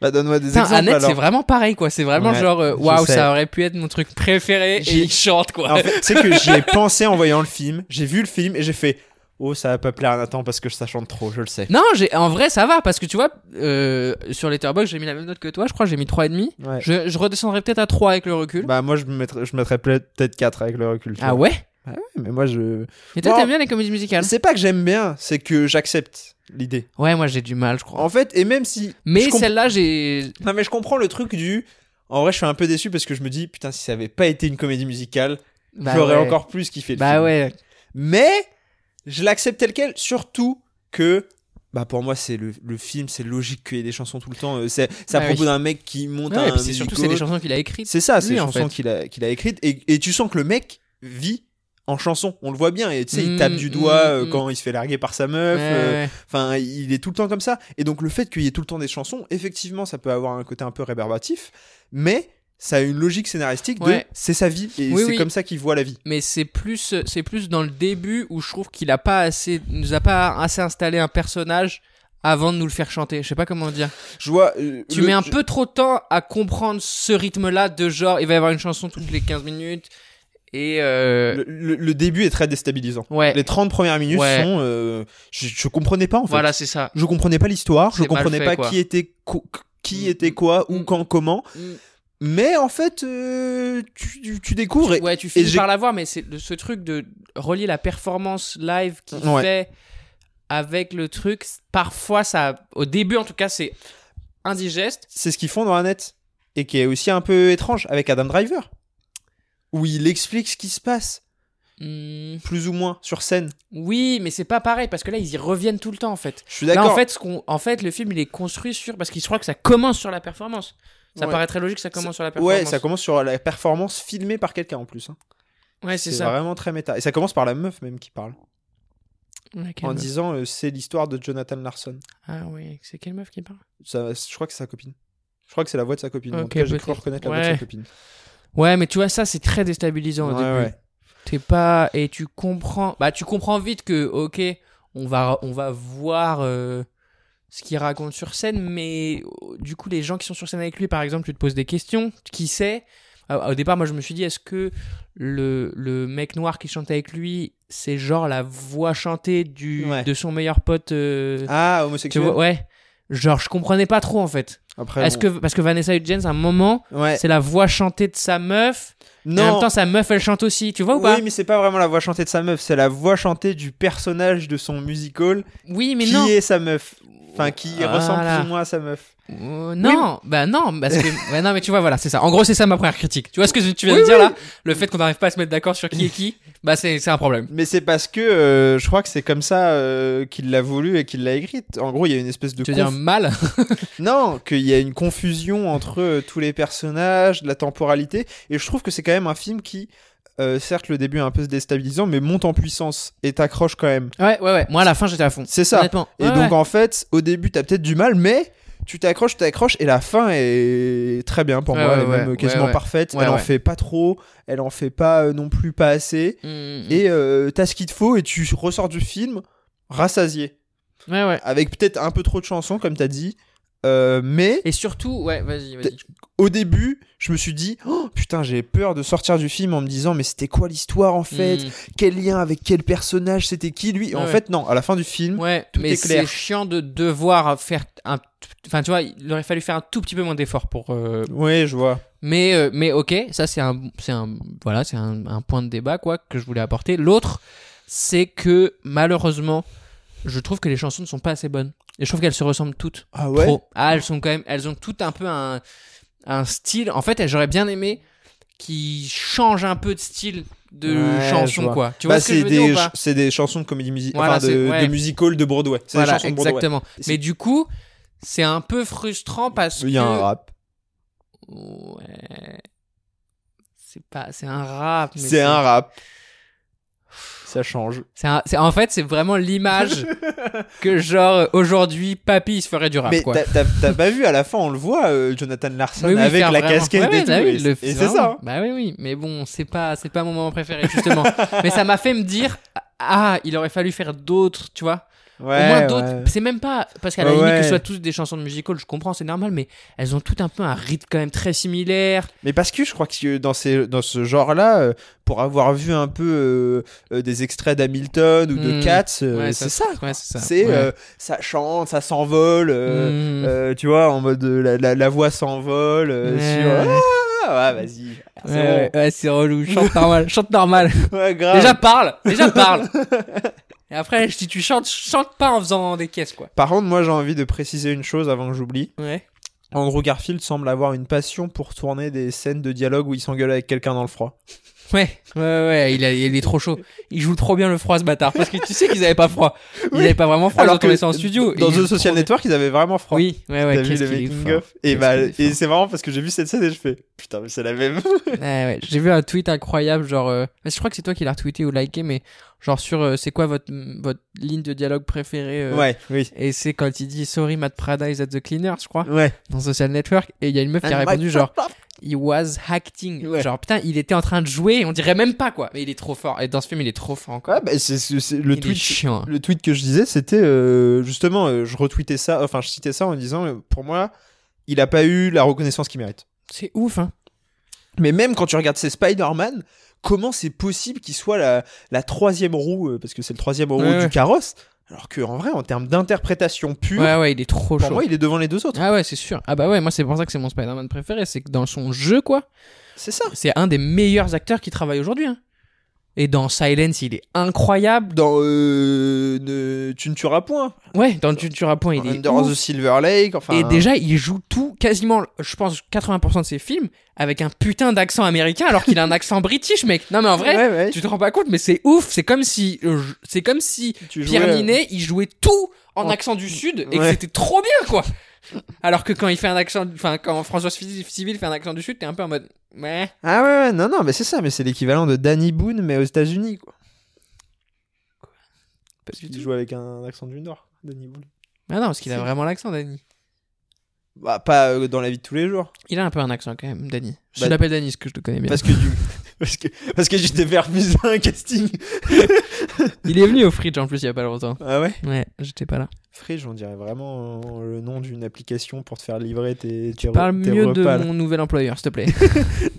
Speaker 6: Bah, donne-moi des
Speaker 5: Putain,
Speaker 6: exemples.
Speaker 5: Annette,
Speaker 6: alors.
Speaker 5: c'est vraiment pareil quoi. C'est vraiment
Speaker 6: Ouais,
Speaker 5: genre euh,
Speaker 6: je
Speaker 5: waouh,
Speaker 6: sais.
Speaker 5: ça aurait pu être mon truc préféré. Et
Speaker 6: J'ai-
Speaker 5: ils chantent quoi.
Speaker 6: En fait, c'est que j'y ai pensé en voyant le film. J'ai vu le film et j'ai fait Oh, ça va pas plaire à Nathan parce que ça chante trop, je le sais.
Speaker 5: Non, j'ai en vrai ça va parce que tu vois euh, sur Letterboxd j'ai mis la même note que toi, je crois j'ai mis 3,5 et demi.
Speaker 6: Ouais.
Speaker 5: Je, je redescendrai peut-être à 3 avec le recul.
Speaker 6: Bah, moi, je me mettrais, je mettrais peut-être 4 avec le recul. tu
Speaker 5: ah
Speaker 6: vois.
Speaker 5: ouais
Speaker 6: Ouais, Mais moi, je.
Speaker 5: Mais toi
Speaker 6: Bon.
Speaker 5: t'aimes bien les comédies musicales
Speaker 6: C'est pas que j'aime bien, c'est que j'accepte l'idée.
Speaker 5: Ouais, moi j'ai du mal, je crois.
Speaker 6: En fait, et même si. je
Speaker 5: Mais
Speaker 6: comp-
Speaker 5: celle-là j'ai
Speaker 6: Non, mais je comprends le truc du. En vrai, je suis un peu déçu parce que je me dis, putain, si ça avait pas été une comédie musicale,
Speaker 5: Bah
Speaker 6: j'aurais
Speaker 5: ouais.
Speaker 6: encore plus kiffé le
Speaker 5: Bah
Speaker 6: film.
Speaker 5: ouais.
Speaker 6: Mais je l'accepte tel quel, surtout que bah pour moi c'est le, le film, c'est logique qu'il y ait des chansons tout le temps. euh, C'est c'est à
Speaker 5: Ah
Speaker 6: propos
Speaker 5: oui.
Speaker 6: d'un mec qui monte
Speaker 5: Ouais, et
Speaker 6: un
Speaker 5: puis c'est surtout c'est
Speaker 6: musical.
Speaker 5: des chansons qu'il a écrites.
Speaker 6: C'est ça, c'est
Speaker 5: lui,
Speaker 6: les
Speaker 5: en
Speaker 6: chansons
Speaker 5: fait.
Speaker 6: qu'il a, qu'il a écrites. Et, et tu sens que le mec vit en chanson. On le voit bien. Et tu sais, il
Speaker 5: Mm,
Speaker 6: tape du
Speaker 5: mm,
Speaker 6: doigt euh,
Speaker 5: mm.
Speaker 6: quand il se fait larguer par sa
Speaker 5: Ouais,
Speaker 6: meuf. euh,
Speaker 5: ouais.
Speaker 6: Enfin, il est tout le temps comme ça. Et donc, le fait qu'il y ait tout le temps des chansons, effectivement, ça peut avoir un côté un peu rébarbatif, mais ça a une logique scénaristique de
Speaker 5: Ouais.
Speaker 6: c'est sa vie et
Speaker 5: Oui,
Speaker 6: c'est
Speaker 5: oui.
Speaker 6: comme ça qu'il voit la vie.
Speaker 5: Mais c'est plus c'est plus dans le début où je trouve qu'il a pas assez nous a pas assez installé un personnage avant de nous le faire chanter. Je sais pas comment dire.
Speaker 6: Je vois. euh,
Speaker 5: Tu
Speaker 6: le-
Speaker 5: mets un
Speaker 6: je-
Speaker 5: peu trop de temps à comprendre ce rythme-là de genre, il va y avoir une chanson toutes les 15 minutes. Et euh,
Speaker 6: Le, le- le début est très déstabilisant.
Speaker 5: ouais,
Speaker 6: Les 30 premières minutes
Speaker 5: Ouais.
Speaker 6: sont. euh, je, je comprenais pas en fait.
Speaker 5: voilà, c'est ça.
Speaker 6: Je comprenais pas l'histoire, je
Speaker 5: C'est mal
Speaker 6: comprenais
Speaker 5: fait,
Speaker 6: pas
Speaker 5: quoi.
Speaker 6: qui était co- qui
Speaker 5: Mm.
Speaker 6: était quoi, où,
Speaker 5: Mm.
Speaker 6: quand, comment.
Speaker 5: Mm.
Speaker 6: Mais en fait, euh, tu, tu- tu découvres. et-
Speaker 5: Ouais, tu finis
Speaker 6: j'ai-
Speaker 5: par la voir, mais c'est le- ce truc de relier la performance live qu'il
Speaker 6: Ouais.
Speaker 5: fait avec le truc. c- Parfois, ça, au début en tout cas, c'est indigeste.
Speaker 6: C'est ce qu'ils font dans Annette. Et qui est aussi un peu étrange avec Adam Driver. Où il explique ce qui se passe,
Speaker 5: Hmm,
Speaker 6: plus ou moins, sur scène.
Speaker 5: oui, mais c'est pas pareil parce que là, ils y reviennent tout le temps en fait.
Speaker 6: Je suis
Speaker 5: Là,
Speaker 6: d'accord.
Speaker 5: Bah, en fait, ce qu'on, en fait, le film il est construit sur parce qu'il se croit que ça commence sur la performance. Ça
Speaker 6: Ouais.
Speaker 5: paraît très logique, ça commence sur la performance.
Speaker 6: ouais, ça commence sur la performance filmée par quelqu'un en plus. hein.
Speaker 5: Ouais, c'est
Speaker 6: C'est
Speaker 5: ça.
Speaker 6: vraiment très méta. Et ça commence par la meuf même qui parle.
Speaker 5: Ouais, quelle
Speaker 6: en
Speaker 5: meuf.
Speaker 6: disant euh, c'est l'histoire de Jonathan Larson.
Speaker 5: Ah oui, c'est quelle meuf qui parle
Speaker 6: Ça- je crois que c'est sa copine. Je crois que c'est la voix de sa copine. en
Speaker 5: Ok,
Speaker 6: tout cas, j'ai cru
Speaker 5: peut-être.
Speaker 6: reconnaître la voix de
Speaker 5: Ouais.
Speaker 6: sa copine.
Speaker 5: Ouais, mais tu vois, ça c'est très déstabilisant au
Speaker 6: Ouais,
Speaker 5: début.
Speaker 6: ouais.
Speaker 5: T'es pas et tu comprends. Bah, tu comprends vite que ok, on va on va voir euh, ce qu'il raconte sur scène, mais euh, du coup les gens qui sont sur scène avec lui, par exemple, tu te poses des questions. Qui sait Euh, Au départ, moi je me suis dit, est-ce que le, le mec noir qui chante avec lui, c'est genre la voix chantée du
Speaker 6: Ouais.
Speaker 5: de son meilleur pote euh,
Speaker 6: Ah,
Speaker 5: Tu
Speaker 6: homosexuel.
Speaker 5: vois, ouais. Genre, je comprenais pas trop en fait.
Speaker 6: Après,
Speaker 5: Est-ce
Speaker 6: bon.
Speaker 5: que parce que Vanessa Hudgens, à un moment,
Speaker 6: Ouais.
Speaker 5: c'est la voix chantée de sa meuf.
Speaker 6: Non.
Speaker 5: Et en même temps, sa meuf, elle chante aussi. Tu vois ou pas
Speaker 6: oui, mais c'est pas vraiment la voix chantée de sa meuf, c'est la voix chantée du personnage de son musical
Speaker 5: Oui, mais
Speaker 6: qui
Speaker 5: non.
Speaker 6: est sa meuf. Enfin, qui
Speaker 5: Voilà.
Speaker 6: ressemble plus ou moins à sa meuf.
Speaker 5: Euh, non, bah non, parce que ouais, non, mais tu vois, voilà, c'est ça. En gros, c'est ça ma première critique. Tu vois ce que tu viens
Speaker 6: Oui,
Speaker 5: de dire
Speaker 6: oui.
Speaker 5: là Le fait qu'on n'arrive pas à se mettre d'accord sur qui est qui, bah c'est c'est un problème.
Speaker 6: Mais c'est parce que euh, je crois que c'est comme ça euh, qu'il l'a voulu et qu'il l'a écrite. En gros, il y a une espèce de
Speaker 5: Tu veux dire
Speaker 6: conf-
Speaker 5: mal
Speaker 6: non, qu'il y a une confusion entre euh, tous les personnages, de la temporalité. Et je trouve que c'est quand même un film qui, euh, certes, le début est un peu déstabilisant, mais monte en puissance et t'accroche quand même.
Speaker 5: Ouais, ouais, ouais. Moi, à la fin, j'étais à fond.
Speaker 6: C'est ça.
Speaker 5: Honnêtement.
Speaker 6: Et
Speaker 5: Ouais,
Speaker 6: donc
Speaker 5: ouais.
Speaker 6: en fait, au début, t'as peut-être du mal, mais tu t'accroches, tu t'accroches, et la fin est très bien pour
Speaker 5: Ouais,
Speaker 6: moi,
Speaker 5: ouais,
Speaker 6: elle est
Speaker 5: ouais,
Speaker 6: même
Speaker 5: ouais,
Speaker 6: quasiment
Speaker 5: ouais.
Speaker 6: parfaite.
Speaker 5: Ouais,
Speaker 6: elle en
Speaker 5: ouais.
Speaker 6: fait pas trop, elle en fait pas euh, non plus pas assez.
Speaker 5: Mm, mm.
Speaker 6: Et euh, t'as ce qu'il te faut, et tu ressors du film rassasié,
Speaker 5: ouais, ouais.
Speaker 6: avec peut-être un peu trop de chansons, comme t'as dit. Euh, mais
Speaker 5: Et surtout, ouais, vas-y, vas-y.
Speaker 6: au début, je me suis dit, oh, putain, j'ai peur de sortir du film en me disant, mais c'était quoi l'histoire en fait Quel lien avec quel personnage C'était qui lui Et En
Speaker 5: Mm. Ouais.
Speaker 6: fait, non, à la fin du film,
Speaker 5: Mm. ouais,
Speaker 6: Mmh. tout
Speaker 5: mais
Speaker 6: est clair.
Speaker 5: c'est chiant de devoir faire un. Enfin, tu vois, il aurait fallu faire un tout petit peu moins d'efforts pour. euh,
Speaker 6: ouais, je vois.
Speaker 5: Mais, euh, mais ok, ça c'est un, c'est un, voilà, c'est un, un point de débat quoi que je voulais apporter. L'autre, c'est que malheureusement, je trouve que les chansons ne sont pas assez bonnes. Et je trouve qu'elles se ressemblent toutes.
Speaker 6: Ah ouais
Speaker 5: Trop. Ah, elles sont quand même, elles ont toutes un peu un, un style. En fait, elles- j'aurais bien aimé qu'ils changent un peu de style de
Speaker 6: Ouais, je
Speaker 5: chanson
Speaker 6: vois.
Speaker 5: quoi. Tu
Speaker 6: Bah,
Speaker 5: vois ce que je
Speaker 6: c'est
Speaker 5: veux dire
Speaker 6: des,
Speaker 5: ou pas
Speaker 6: ch- c'est des chansons de comédie musicale,
Speaker 5: Voilà,
Speaker 6: enfin de,
Speaker 5: c'est- ouais.
Speaker 6: de musical de Broadway. C'est des
Speaker 5: Voilà,
Speaker 6: chansons de Broadway.
Speaker 5: exactement.
Speaker 6: Et c'est-
Speaker 5: Mais du coup, c'est un peu frustrant parce
Speaker 6: Il y a
Speaker 5: que
Speaker 6: un rap.
Speaker 5: ouais, c'est pas, c'est un rap. mais
Speaker 6: C'est un rap. Ça change.
Speaker 5: C'est un- c'est- en fait, c'est vraiment l'image que genre aujourd'hui, papy il se ferait du rap.
Speaker 6: Mais
Speaker 5: quoi.
Speaker 6: t'as- t'as t'as pas vu à la fin, on le voit, euh, Jonathan Larson
Speaker 5: Oui, oui,
Speaker 6: avec
Speaker 5: faire
Speaker 6: la
Speaker 5: vraiment- Ouais,
Speaker 6: casquette et
Speaker 5: ouais,
Speaker 6: tout.
Speaker 5: bah oui,
Speaker 6: et
Speaker 5: le-
Speaker 6: et c'est
Speaker 5: vraiment.
Speaker 6: ça. hein.
Speaker 5: Bah oui, oui. Mais bon, c'est pas, c'est pas mon moment préféré justement. mais ça m'a fait me dire, ah, il aurait fallu faire d'autres, tu vois.
Speaker 6: Ouais,
Speaker 5: Au moins d'autres.
Speaker 6: ouais.
Speaker 5: C'est même pas parce qu'à la
Speaker 6: Ouais,
Speaker 5: limite que
Speaker 6: ouais.
Speaker 5: ce soit tous des chansons de musicals, je comprends, c'est normal, mais elles ont toutes un peu un rythme quand même très similaire.
Speaker 6: Mais parce que je crois que euh, dans, ces, dans ce genre-là, euh, pour avoir vu un peu euh, euh, des extraits d'Hamilton ou de
Speaker 5: Hmm.
Speaker 6: Cats, euh,
Speaker 5: Ouais,
Speaker 6: c'est ça.
Speaker 5: Ouais, c'est ça.
Speaker 6: C'est
Speaker 5: Ouais.
Speaker 6: euh, ça chante, ça s'envole. euh,
Speaker 5: Mm.
Speaker 6: euh, tu vois, en mode euh, la, la, la voix s'envole euh,
Speaker 5: Ouais,
Speaker 6: sur.
Speaker 5: ouais.
Speaker 6: Ah, ouais, vas-y. C'est
Speaker 5: Ouais, ouais, c'est relou. Chante normal. Chante normal.
Speaker 6: bon. Ouais, grave.
Speaker 5: Déjà parle, déjà parle. Et après, si tu chantes, chante pas en faisant des caisses, quoi.
Speaker 6: Par contre, moi, j'ai envie de préciser une chose avant que j'oublie.
Speaker 5: Ouais.
Speaker 6: En gros, Garfield semble avoir une passion pour tourner des scènes de dialogue où il s'engueule avec quelqu'un dans le froid.
Speaker 5: Ouais, ouais, ouais, il, a- il est trop chaud. Il joue trop bien le froid, ce bâtard. Parce que tu sais qu'ils avaient pas froid. Ils
Speaker 6: Oui.
Speaker 5: avaient pas vraiment froid, ils ont tourné ça en
Speaker 6: d-
Speaker 5: studio.
Speaker 6: dans
Speaker 5: Il joue
Speaker 6: The
Speaker 5: trop
Speaker 6: Social
Speaker 5: bien.
Speaker 6: Network, ils avaient vraiment froid.
Speaker 5: Oui, ouais, ouais,
Speaker 6: T'as vu
Speaker 5: qu'est-ce
Speaker 6: le
Speaker 5: qu'il est
Speaker 6: making
Speaker 5: fort.
Speaker 6: of Et,
Speaker 5: Qu'est-ce
Speaker 6: bah,
Speaker 5: qu'il est
Speaker 6: et c'est marrant parce que j'ai vu cette scène et je fais putain, mais c'est la même.
Speaker 5: Ouais, ouais. J'ai vu un tweet incroyable, genre. euh, Je crois que c'est toi qui l'as retweeté ou liké, mais genre sur euh, c'est quoi votre, votre ligne de dialogue préférée euh,
Speaker 6: Ouais, oui.
Speaker 5: Et c'est quand il dit Sorry, Matt Prada is at the cleaner, je crois.
Speaker 6: Ouais. Ah,
Speaker 5: dans Social Network et il y a une meuf qui a
Speaker 6: And
Speaker 5: répondu
Speaker 6: my-
Speaker 5: genre he was acting
Speaker 6: bah. Ouais.
Speaker 5: genre putain il était en train de jouer on dirait même pas quoi mais il est trop fort et dans ce film il est trop fort encore
Speaker 6: Ouais, bah, c'est, c'est- c'est- le
Speaker 5: il est
Speaker 6: tweet.
Speaker 5: chiant hein.
Speaker 6: Le tweet que je disais, c'était euh, justement, euh, je retweetais ça, enfin, je citais ça en disant, euh, pour moi, il a pas eu la reconnaissance qu'il mérite.
Speaker 5: c'est ouf hein
Speaker 6: Mais même quand tu regardes ces Spider-Man, comment c'est possible qu'il soit la, la troisième roue, euh, parce que c'est le troisième roue
Speaker 5: Ouais,
Speaker 6: du
Speaker 5: ouais.
Speaker 6: carrosse, alors que en vrai, en termes d'interprétation pure,
Speaker 5: ouais ouais il est trop
Speaker 6: pour
Speaker 5: chaud
Speaker 6: moi, il est devant les deux autres.
Speaker 5: ah ouais c'est sûr ah bah ouais moi c'est pour ça que c'est mon Spider-Man préféré c'est que dans son jeu quoi
Speaker 6: C'est ça.
Speaker 5: c'est un des meilleurs acteurs qui travaille aujourd'hui hein. et dans Silence il est incroyable
Speaker 6: Dans euh, ne- Tu ne tueras point,
Speaker 5: ouais dans le Tutor à point il est
Speaker 6: Under
Speaker 5: ouf.
Speaker 6: the Silver Lake, enfin. hein.
Speaker 5: Et déjà, il joue tout, quasiment, je pense, 80% de ses films avec un putain d'accent américain alors qu'il a un accent british, mec. Non, mais en vrai,
Speaker 6: Ouais, ouais.
Speaker 5: Tu te rends pas compte, mais c'est ouf. C'est comme si, euh, je- c'est comme si
Speaker 6: Tu jouais,
Speaker 5: Pierre
Speaker 6: euh,
Speaker 5: Ninet, il jouait tout en
Speaker 6: en-
Speaker 5: accent du Sud et que
Speaker 6: Ouais.
Speaker 5: c'était trop bien, quoi. Alors que quand il fait un accent, enfin quand François Civil fait un accent du Sud, t'es un peu en mode, ouais,
Speaker 6: Ah ouais, ouais, non, non, mais c'est ça, mais c'est l'équivalent de Danny Boone, mais aux États-Unis, quoi. Parce
Speaker 5: du
Speaker 6: qu'il
Speaker 5: tout.
Speaker 6: joue avec un accent du Nord, Danny Boone.
Speaker 5: ah non, parce qu'il a
Speaker 6: Si.
Speaker 5: vraiment l'accent, Danny.
Speaker 6: Bah, pas euh, dans la vie de tous les jours.
Speaker 5: Il a un peu un accent quand même, Danny. Je
Speaker 6: Bah-
Speaker 5: l'appelle Danny, parce que je le connais bien.
Speaker 6: Parce que, du- parce que, parce que j'étais fait refuser un casting.
Speaker 5: Il est venu au Fridge en plus il y a pas longtemps.
Speaker 6: Ah ouais
Speaker 5: Ouais, j'étais pas là.
Speaker 6: Fridge, on dirait vraiment euh, le nom d'une application pour te faire livrer tes, tes, re-
Speaker 5: Parle
Speaker 6: tes
Speaker 5: mieux de
Speaker 6: repas. là.
Speaker 5: mon nouvel employeur, s'il te plaît.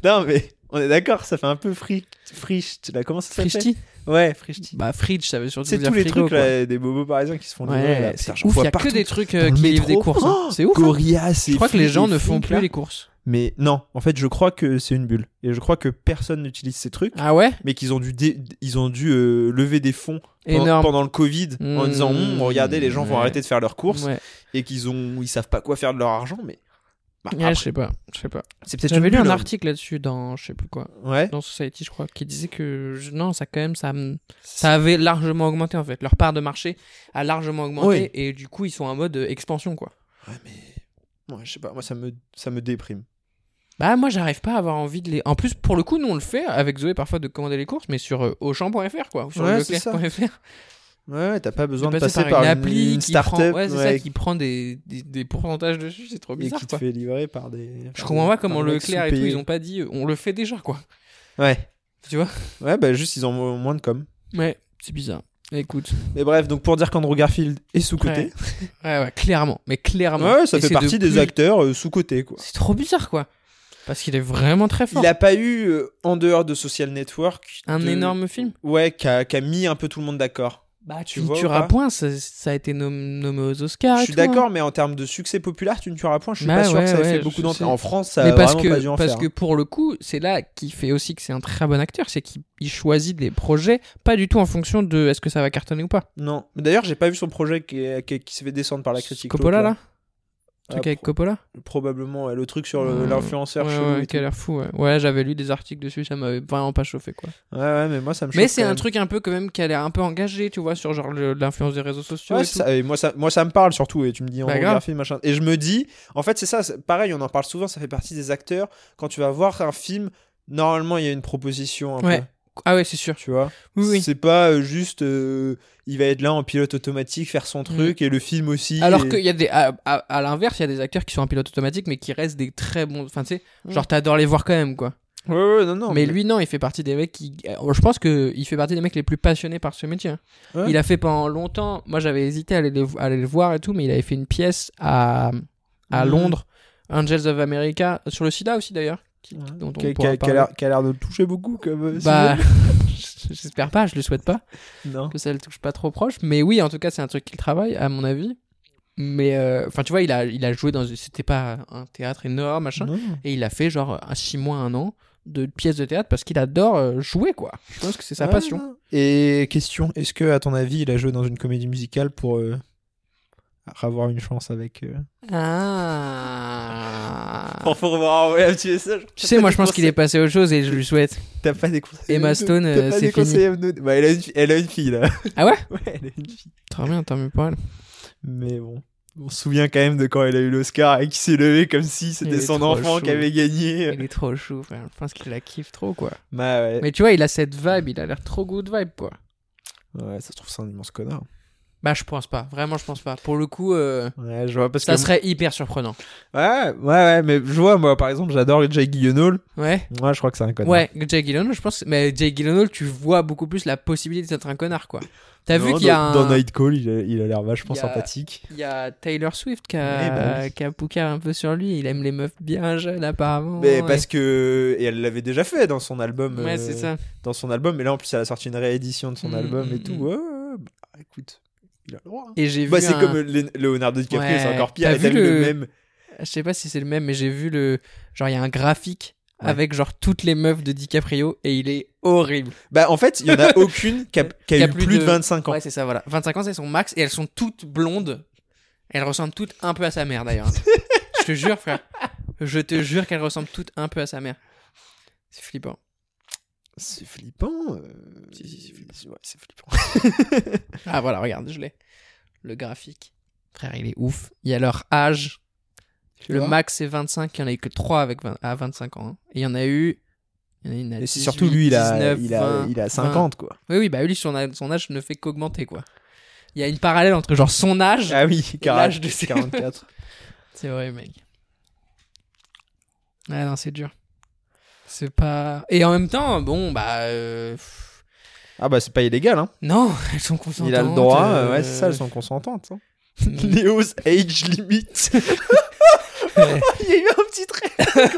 Speaker 6: Non, mais on est d'accord, ça fait un peu fri... Fridge. Là, comment ça s'appelle
Speaker 5: Frishti
Speaker 6: Ouais, Fridge.
Speaker 5: Bah Fridge, ça veut surtout
Speaker 6: C'est
Speaker 5: dire
Speaker 6: tous les
Speaker 5: frigo,
Speaker 6: trucs
Speaker 5: quoi.
Speaker 6: là, des bobos parisiens qui se font livrer. là.
Speaker 5: Ouais,
Speaker 6: Putain,
Speaker 5: c'est
Speaker 6: j'en
Speaker 5: ouf.
Speaker 6: vois
Speaker 5: Il y a que
Speaker 6: partout.
Speaker 5: des trucs euh,
Speaker 6: Dans le
Speaker 5: qui livrent des
Speaker 6: métro.
Speaker 5: courses. hein.
Speaker 6: Oh,
Speaker 5: C'est ouf. hein.
Speaker 6: Gorillaz,
Speaker 5: Je crois que les gens ne font plus les courses.
Speaker 6: Mais non, en fait, je crois que c'est une bulle. Et je crois que personne n'utilise ces trucs,
Speaker 5: Ah ouais
Speaker 6: mais qu'ils ont dû, dé- ils ont dû euh, lever des fonds pen-
Speaker 5: Énorme.
Speaker 6: pendant le Covid en
Speaker 5: Mmh.
Speaker 6: disant Hum, regardez, les gens vont
Speaker 5: Ouais.
Speaker 6: arrêter de faire leurs courses
Speaker 5: Ouais,
Speaker 6: et qu'ils ont, ils savent pas quoi faire de leur argent, mais bah,
Speaker 5: Ouais,
Speaker 6: après,
Speaker 5: je sais pas, je sais pas.
Speaker 6: c'est peut-être
Speaker 5: J'avais
Speaker 6: une
Speaker 5: lu un
Speaker 6: bulle, hein.
Speaker 5: article là-dessus dans je sais plus quoi,
Speaker 6: Ouais.
Speaker 5: dans Society je crois, qui disait que je- non, ça quand même ça me- ça avait largement augmenté en fait, leur part de marché a largement augmenté et du coup ils sont en mode euh, expansion quoi.
Speaker 6: Ouais, mais ouais, je sais pas, moi ça me, ça me déprime.
Speaker 5: Bah moi j'arrive pas à avoir envie de les. En plus pour le coup nous on le fait avec Zoé parfois de commander les courses mais sur euh, Auchan.fr quoi, ou sur
Speaker 6: Ouais, c'est ça.
Speaker 5: Leclerc.fr.
Speaker 6: Ouais, ouais, t'as pas besoin
Speaker 5: De
Speaker 6: de passer par,
Speaker 5: une
Speaker 6: une,
Speaker 5: appli
Speaker 6: une
Speaker 5: qui prend-
Speaker 6: start-up
Speaker 5: ouais, c'est ça,
Speaker 6: ouais,
Speaker 5: qui prend des, des, des pourcentages dessus, c'est trop
Speaker 6: et
Speaker 5: bizarre
Speaker 6: qui te
Speaker 5: quoi.
Speaker 6: fait livrer par des.
Speaker 5: Je
Speaker 6: par
Speaker 5: comprends
Speaker 6: des-
Speaker 5: pas
Speaker 6: par
Speaker 5: comment
Speaker 6: des mecs
Speaker 5: Leclerc et tout
Speaker 6: sous-payés.
Speaker 5: ils ont pas dit euh, on le fait déjà quoi.
Speaker 6: Ouais.
Speaker 5: Tu vois
Speaker 6: Ouais, bah juste ils ont moins de com.
Speaker 5: Ouais, c'est bizarre. Écoute,
Speaker 6: Mais bref, donc pour dire qu'Andrew Garfield est sous-côté.
Speaker 5: ouais, ouais, clairement, mais
Speaker 6: Ouais,
Speaker 5: clairement.
Speaker 6: ça
Speaker 5: Et
Speaker 6: fait
Speaker 5: c'est
Speaker 6: partie
Speaker 5: de
Speaker 6: des
Speaker 5: plus-
Speaker 6: acteurs euh, sous-côtés, quoi.
Speaker 5: C'est trop bizarre, quoi. Parce qu'il est vraiment très fort.
Speaker 6: Il a pas eu, euh, en dehors de Social Network,
Speaker 5: Un
Speaker 6: de-
Speaker 5: énorme film.
Speaker 6: Ouais, qui a, qui a mis un peu tout le monde d'accord.
Speaker 5: Bah,
Speaker 6: tu vois ou
Speaker 5: Tueur à
Speaker 6: pas
Speaker 5: point, ça, ça a été nom- nommé aux Oscars.
Speaker 6: Je
Speaker 5: et
Speaker 6: suis
Speaker 5: tout, hein.
Speaker 6: d'accord, mais en termes de succès populaire, tu ne tueras point. Je suis
Speaker 5: Bah
Speaker 6: pas sûr
Speaker 5: ouais,
Speaker 6: que ça ait fait
Speaker 5: ouais,
Speaker 6: beaucoup
Speaker 5: je
Speaker 6: d'entrées.
Speaker 5: sais.
Speaker 6: En France, ça a
Speaker 5: Mais parce
Speaker 6: vraiment pas dû
Speaker 5: que,
Speaker 6: en
Speaker 5: parce
Speaker 6: faire. hein.
Speaker 5: que pour le coup, c'est là qui fait aussi que c'est un très bon acteur, c'est qu'il il choisit des projets pas du tout en fonction de est-ce que ça va cartonner ou pas.
Speaker 6: hein. Non. Mais D'ailleurs, j'ai pas vu son projet qui, est- qui, qui s'est fait descendre par la critique.
Speaker 5: Coppola
Speaker 6: l'autre,
Speaker 5: là, Le truc
Speaker 6: Ah,
Speaker 5: avec
Speaker 6: pro-
Speaker 5: Coppola.
Speaker 6: Probablement, ouais, le truc sur
Speaker 5: Ouais,
Speaker 6: le- l'influenceur.
Speaker 5: Ouais,
Speaker 6: chelou
Speaker 5: ouais,
Speaker 6: et
Speaker 5: qui a l'air fou. Ouais, Ouais, j'avais lu des articles dessus, ça m'avait vraiment pas chauffé quoi.
Speaker 6: tout. ouais, ouais, mais moi, ça me
Speaker 5: Mais
Speaker 6: choque
Speaker 5: c'est
Speaker 6: quand
Speaker 5: un
Speaker 6: même.
Speaker 5: truc un peu quand même qui a l'air un peu engagé, tu vois, sur genre le- l'influence des réseaux sociaux.
Speaker 6: Ouais,
Speaker 5: et tout.
Speaker 6: ça- et moi, ça, moi, ça me parle surtout. Et tu me dis en
Speaker 5: Bah, grave.
Speaker 6: film machin. Et je me dis, en fait, c'est ça. c'est- Pareil, on en parle souvent. Ça fait partie des acteurs. Quand tu vas voir un film, normalement, il y a une proposition. Un
Speaker 5: Ouais.
Speaker 6: peu,
Speaker 5: Ah ouais, c'est sûr.
Speaker 6: tu vois.
Speaker 5: Oui, oui.
Speaker 6: C'est pas euh, juste. euh, il va être là en pilote automatique, faire son truc, et le film aussi.
Speaker 5: Alors
Speaker 6: et-
Speaker 5: qu'il y a des. À, à- à l'inverse, il y a des acteurs qui sont en pilote automatique, mais qui restent des très bons. Enfin, tu sais,
Speaker 6: Mm.
Speaker 5: genre, t'adores les voir quand même, quoi.
Speaker 6: Ouais, ouais, non, non.
Speaker 5: mais, lui, non, il fait partie des mecs qui. euh, Je pense que il fait partie des mecs les plus passionnés par ce métier. hein.
Speaker 6: Ouais.
Speaker 5: Il a fait pendant longtemps. Moi, j'avais hésité à aller, le, à aller le voir et tout, mais il avait fait une pièce à, à
Speaker 6: Mhm.
Speaker 5: Londres, Angels of America, sur le sida aussi d'ailleurs. qui-
Speaker 6: Ouais.
Speaker 5: dont on
Speaker 6: Qui a, qui
Speaker 5: pourra
Speaker 6: a- qui a
Speaker 5: parler.
Speaker 6: l'air- qui a l'air de le toucher beaucoup comme. euh,
Speaker 5: Bah, j'espère pas, je le souhaite pas.
Speaker 6: sujet. Non.
Speaker 5: que ça le touche pas trop proche. Mais oui, en tout cas, c'est un truc qu'il travaille, à mon avis. Mais euh, enfin, tu vois, il a, il a joué dans. C'était pas un théâtre énorme, machin.
Speaker 6: Non.
Speaker 5: Et il a fait genre un 6 mois, un an de pièces de théâtre parce qu'il adore euh, jouer, quoi. Je pense que c'est sa
Speaker 6: Ah.
Speaker 5: passion.
Speaker 6: Et question, est-ce que à ton avis, il a joué dans une comédie musicale pour euh, avoir une chance avec euh,
Speaker 5: Ah.
Speaker 6: Pour pouvoir envoyer un petit message.
Speaker 5: Tu sais, moi, je pense qu'il est passé aux choses et je lui souhaite.
Speaker 6: T'as pas des conseils.
Speaker 5: Emma
Speaker 6: à nous-
Speaker 5: Stone,
Speaker 6: t'as
Speaker 5: euh,
Speaker 6: pas
Speaker 5: c'est
Speaker 6: des conseils à nous- Bah, elle, a une, fi- elle a une fille là.
Speaker 5: Ah ouais
Speaker 6: Ouais, elle a une fille.
Speaker 5: Très bien, tant mieux pour elle.
Speaker 6: Mais bon. On se souvient quand même de quand elle a eu l'Oscar et qu'il s'est levé comme si
Speaker 5: Il
Speaker 6: c'était
Speaker 5: est
Speaker 6: son
Speaker 5: trop
Speaker 6: enfant
Speaker 5: chou.
Speaker 6: qui avait gagné.
Speaker 5: Il est trop chou, frère. Je pense qu'il la kiffe trop, quoi.
Speaker 6: Bah ouais.
Speaker 5: Mais tu vois, il a cette vibe, il a l'air trop good vibe, quoi.
Speaker 6: Ouais, ça se trouve, c'est un immense connard.
Speaker 5: Bah, je pense pas. Vraiment, je pense pas. Pour le coup, euh,
Speaker 6: Ouais, je vois parce
Speaker 5: ça
Speaker 6: que.
Speaker 5: serait hyper surprenant.
Speaker 6: Ouais, ouais, ouais, mais je vois, moi par exemple, j'adore Jake Gyllenhaal.
Speaker 5: Ouais.
Speaker 6: Moi, je crois que c'est un connard.
Speaker 5: Ouais, Jake Gyllenhaal, je pense. Mais Jake Gyllenhaal, tu vois beaucoup plus la possibilité d'être un connard, quoi. T'as vu
Speaker 6: Non,
Speaker 5: qu'il y a
Speaker 6: dans, dans
Speaker 5: un.
Speaker 6: Night Call, il a il a l'air vachement
Speaker 5: Il y a-
Speaker 6: sympathique.
Speaker 5: Il y a Taylor Swift qui a,
Speaker 6: Eh bah oui.
Speaker 5: qui a poucave un peu sur lui. Il aime les meufs bien jeunes, apparemment.
Speaker 6: Mais parce que et elle l'avait déjà fait dans son album.
Speaker 5: Et- Ouais,
Speaker 6: euh,
Speaker 5: c'est ça.
Speaker 6: Dans son album, mais là en plus elle a sorti une réédition de son
Speaker 5: Mm,
Speaker 6: album et
Speaker 5: mm,
Speaker 6: tout.
Speaker 5: mm.
Speaker 6: Ouais, ouais, ouais, bah, écoute, il a le droit. hein.
Speaker 5: Et j'ai
Speaker 6: Bah,
Speaker 5: vu.
Speaker 6: c'est
Speaker 5: un-
Speaker 6: comme Lé- Leonardo DiCaprio,
Speaker 5: Ouais.
Speaker 6: c'est encore pire.
Speaker 5: T'as
Speaker 6: Et T'as
Speaker 5: vu
Speaker 6: vu le
Speaker 5: le-
Speaker 6: même.
Speaker 5: Ah, Je sais pas si c'est le même, mais j'ai vu le. Genre, il y a un graphique
Speaker 6: Ouais.
Speaker 5: avec, genre, toutes les meufs de DiCaprio et il est horrible.
Speaker 6: Bah en fait, il y en a aucune qui a, qui a eu plus de, 25 ans.
Speaker 5: Ouais, c'est ça, voilà. 25 ans, c'est son max et elles sont toutes blondes. Elles ressemblent toutes un peu à sa mère d'ailleurs. Je te jure, frère. Je te jure qu'elles ressemblent toutes un peu à sa mère. C'est flippant.
Speaker 6: C'est flippant. euh,
Speaker 5: Si, si, c'est flippant.
Speaker 6: ouais, c'est flippant.
Speaker 5: Ah voilà, regarde, je l'ai. Le graphique. Frère, il est ouf. Il y a leur âge.
Speaker 6: Tu
Speaker 5: Le
Speaker 6: vois
Speaker 5: max, c'est 25. Il n'y en a eu que 3 avec 20 à 25 ans. hein. Et il y en a eu. Il y en a une à
Speaker 6: Et c'est
Speaker 5: 18,
Speaker 6: surtout lui, il a,
Speaker 5: 19,
Speaker 6: il, a,
Speaker 5: 20,
Speaker 6: il a
Speaker 5: 20.
Speaker 6: 50 quoi.
Speaker 5: Oui, oui, bah lui, son âge, son âge ne fait qu'augmenter, quoi. Il y a une parallèle entre genre son âge.
Speaker 6: Ah oui,
Speaker 5: l'âge
Speaker 6: 40,
Speaker 5: de ses-
Speaker 6: 44.
Speaker 5: C'est vrai, mec. Ah non, c'est dur. C'est pas. Et en même temps, bon, bah. euh, pff,
Speaker 6: Ah bah c'est pas illégal hein.
Speaker 5: Non, elles sont consentantes.
Speaker 6: Il a le droit, euh, ouais,
Speaker 5: euh, mm.
Speaker 6: c'est ça, elles sont consentantes. hein. Léo's age limit.
Speaker 5: Ouais.
Speaker 6: Il y a eu un petit trait.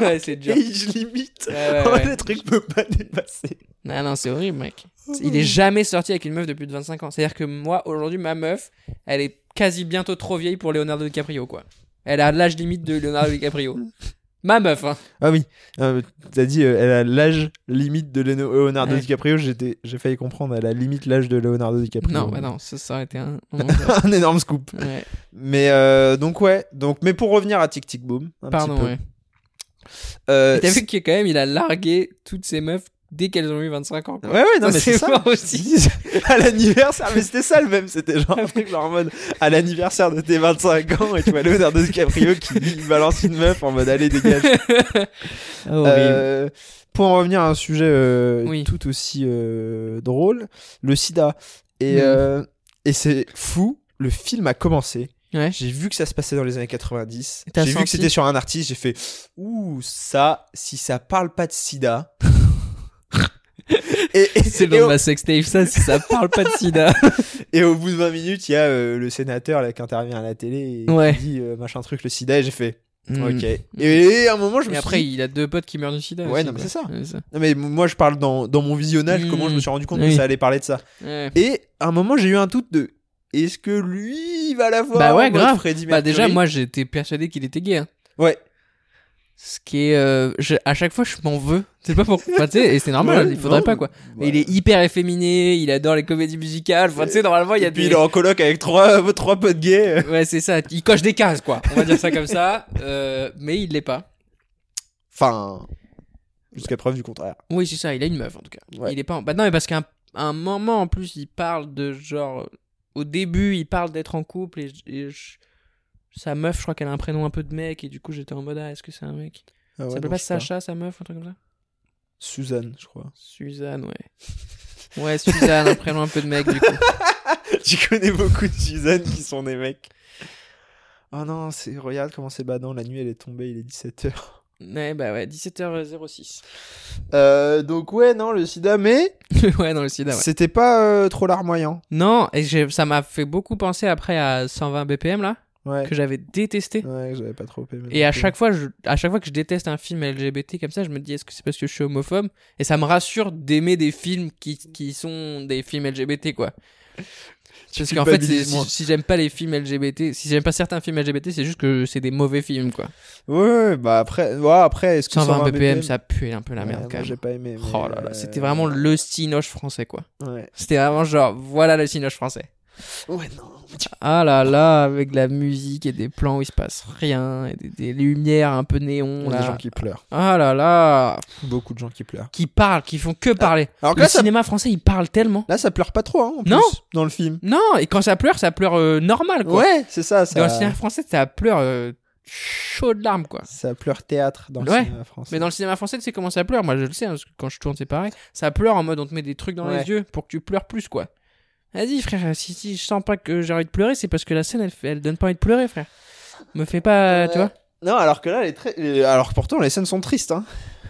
Speaker 5: ouais, c'est dur.
Speaker 6: Age limit.
Speaker 5: Ouais, ouais,
Speaker 6: Oh,
Speaker 5: Ah ouais. Ah
Speaker 6: Le truc peut pas dépasser.
Speaker 5: Non, non, c'est horrible, mec. Il est jamais sorti avec une meuf de plus de 25 ans. C'est-à-dire que moi, aujourd'hui, ma meuf, elle est quasi bientôt trop vieille pour Leonardo DiCaprio, quoi. Elle a l'âge limite de Leonardo DiCaprio. Ma meuf, hein.
Speaker 6: Ah oui, euh, t'as dit euh, elle a l'âge limite de Léno- Leonardo
Speaker 5: Ouais.
Speaker 6: DiCaprio. J'étais, j'ai failli comprendre, elle a limite l'âge de Leonardo DiCaprio.
Speaker 5: Non, bah non, ça, ça aurait été un.
Speaker 6: un énorme scoop.
Speaker 5: Ouais,
Speaker 6: Mais euh, donc ouais, donc mais pour revenir à Tic Tic Boom, un petit
Speaker 5: pardon,
Speaker 6: peu.
Speaker 5: ouais.
Speaker 6: Euh,
Speaker 5: T'as vu que quand même, il a largué toutes ses meufs dès qu'elles ont eu 25 ans.
Speaker 6: Ouais
Speaker 5: quoi.
Speaker 6: ouais non mais c'est
Speaker 5: C'est
Speaker 6: ça
Speaker 5: fort aussi.
Speaker 6: à l'anniversaire mais c'était ça le même c'était genre un truc genre en mode à l'anniversaire de tes 25 ans et tu vois Leonardo DiCaprio qui balance une meuf en mode allez dégage Euh, pour en revenir à un sujet euh,
Speaker 5: Oui.
Speaker 6: tout aussi euh, drôle, le sida. Et,
Speaker 5: Mm.
Speaker 6: euh, et c'est fou, le film a commencé.
Speaker 5: Ouais.
Speaker 6: J'ai vu que ça se passait dans les années 90.
Speaker 5: T'as
Speaker 6: J'ai vu que
Speaker 5: senti
Speaker 6: c'était sur un artiste. J'ai fait Ouh, ça, si ça parle pas de sida. et, et-
Speaker 5: C'est
Speaker 6: et
Speaker 5: dans
Speaker 6: au,
Speaker 5: ma sextape, ça, si ça parle pas de sida.
Speaker 6: et au bout de 20 minutes, il y a euh, le sénateur là, qui intervient à la télé et
Speaker 5: Ouais.
Speaker 6: qui dit euh, machin truc, le sida. Et j'ai fait Ok.
Speaker 5: Mm.
Speaker 6: Et à un moment, je me
Speaker 5: Et
Speaker 6: suis
Speaker 5: après,
Speaker 6: dit,
Speaker 5: il a deux potes qui meurent du sida.
Speaker 6: Ouais,
Speaker 5: aussi,
Speaker 6: non, mais
Speaker 5: quoi.
Speaker 6: c'est ça.
Speaker 5: Ouais, ça.
Speaker 6: Non mais moi je parle dans, dans mon visionnage
Speaker 5: Mmh.
Speaker 6: comment je me suis rendu compte que
Speaker 5: Oui.
Speaker 6: ça allait parler de ça.
Speaker 5: Ouais.
Speaker 6: Et à un moment j'ai eu un doute de est-ce que lui il va l'avoir
Speaker 5: Bah ouais,
Speaker 6: en mode
Speaker 5: grave.
Speaker 6: Freddie
Speaker 5: Bah, déjà,
Speaker 6: Mercury
Speaker 5: moi, j'étais persuadé qu'il était gay. hein.
Speaker 6: ouais
Speaker 5: Ce qui est. euh, je- à chaque fois, je m'en veux. C'est pas pour. Enfin, tu sais, et c'est normal,
Speaker 6: Ouais,
Speaker 5: il faudrait
Speaker 6: non,
Speaker 5: pas, quoi. Mais
Speaker 6: ouais.
Speaker 5: il est hyper efféminé, il adore les comédies musicales. Enfin, tu sais, normalement, il y a
Speaker 6: et puis
Speaker 5: des-
Speaker 6: il est en coloc avec trois trois potes gays.
Speaker 5: Ouais, c'est ça. Il coche des cases, quoi. On va dire ça comme ça. Euh, mais il l'est pas.
Speaker 6: Enfin jusqu'à preuve du contraire.
Speaker 5: Oui, c'est ça. Il a une meuf, en tout cas.
Speaker 6: Ouais.
Speaker 5: Il est pas. En... Bah non, mais parce qu'à un, à un moment, en plus, il parle de genre. Au début, il parle d'être en couple et, je- et je- sa meuf, je crois qu'elle a un prénom un peu de mec. Et du coup, j'étais en mode, ah, est-ce que c'est un mec
Speaker 6: Ah
Speaker 5: Ça
Speaker 6: ouais,
Speaker 5: s'appelle
Speaker 6: non,
Speaker 5: pas
Speaker 6: je sais
Speaker 5: Sacha, sa meuf, un truc comme ça
Speaker 6: Suzanne je crois.
Speaker 5: Suzanne, ouais. Ouais, Suzanne, un prénom un peu de mec, du coup.
Speaker 6: tu connais beaucoup de Suzanne qui sont des mecs. Oh non c'est regarde comment c'est badant la nuit elle est tombée il est 17h.
Speaker 5: Ouais, bah ouais, 17h06.
Speaker 6: Euh, donc ouais non le sida mais
Speaker 5: ouais, dans le sida, Ah ouais.
Speaker 6: c'était pas euh, trop larmoyant.
Speaker 5: Non, et j'ai- ça m'a fait beaucoup penser après à 120 BPM, là,
Speaker 6: Ouais.
Speaker 5: que j'avais détesté.
Speaker 6: Ouais, j'avais pas trop aimé.
Speaker 5: Et à chaque fois, je, à chaque fois que je déteste un film LGBT comme ça, je me dis est-ce que c'est parce que je suis homophobe Et ça me rassure d'aimer des films qui, qui sont des films LGBT quoi. Parce qu'en fait, c'est-
Speaker 6: culpabilises moins.
Speaker 5: si, si j'aime pas les films LGBT, si j'aime pas certains films LGBT, c'est juste que c'est des mauvais films quoi.
Speaker 6: Ouais, ouais, bah après, ouais, après, est-ce que
Speaker 5: 120,
Speaker 6: 120
Speaker 5: BPM, ça pue un peu la
Speaker 6: Ouais,
Speaker 5: merde
Speaker 6: moi,
Speaker 5: quand
Speaker 6: J'ai
Speaker 5: même.
Speaker 6: pas aimé. mais,
Speaker 5: Oh là là, c'était
Speaker 6: euh,
Speaker 5: vraiment le cinoche français quoi.
Speaker 6: Ouais.
Speaker 5: C'était vraiment genre voilà le cinoche français.
Speaker 6: Ouais, non.
Speaker 5: Ah là là, avec de la musique et des plans où il se passe rien, et des, des lumières un peu néon.
Speaker 6: On a des
Speaker 5: là.
Speaker 6: gens qui pleurent.
Speaker 5: Ah là là,
Speaker 6: Beaucoup de gens qui pleurent.
Speaker 5: qui parlent, qui font que parler.
Speaker 6: Alors que
Speaker 5: le
Speaker 6: là, Ah, ça,
Speaker 5: cinéma français, il parle tellement.
Speaker 6: là, ça pleure pas trop, hein, en
Speaker 5: Non.
Speaker 6: plus, dans le film.
Speaker 5: Non, et quand ça pleure, ça pleure euh, normal, quoi.
Speaker 6: Ouais, c'est ça, ça.
Speaker 5: Dans le cinéma français, ça pleure euh, chaud de larmes, quoi.
Speaker 6: Ça pleure théâtre dans le
Speaker 5: Ouais.
Speaker 6: cinéma français.
Speaker 5: Mais dans le cinéma français, tu sais comment ça pleure Moi, je le sais, hein, parce que quand je tourne, c'est pareil. Ça pleure en mode, on te met des trucs dans
Speaker 6: Ouais.
Speaker 5: les yeux pour que tu pleures plus, quoi. Vas-y, frère, si, si je sens pas que j'ai envie de pleurer, c'est parce que la scène, elle, fait- elle donne pas envie de pleurer, frère. Me fais pas, tu
Speaker 6: Ouais.
Speaker 5: vois.
Speaker 6: Non, alors que là, les traits- les- euh, alors que pourtant, les scènes sont tristes, hein.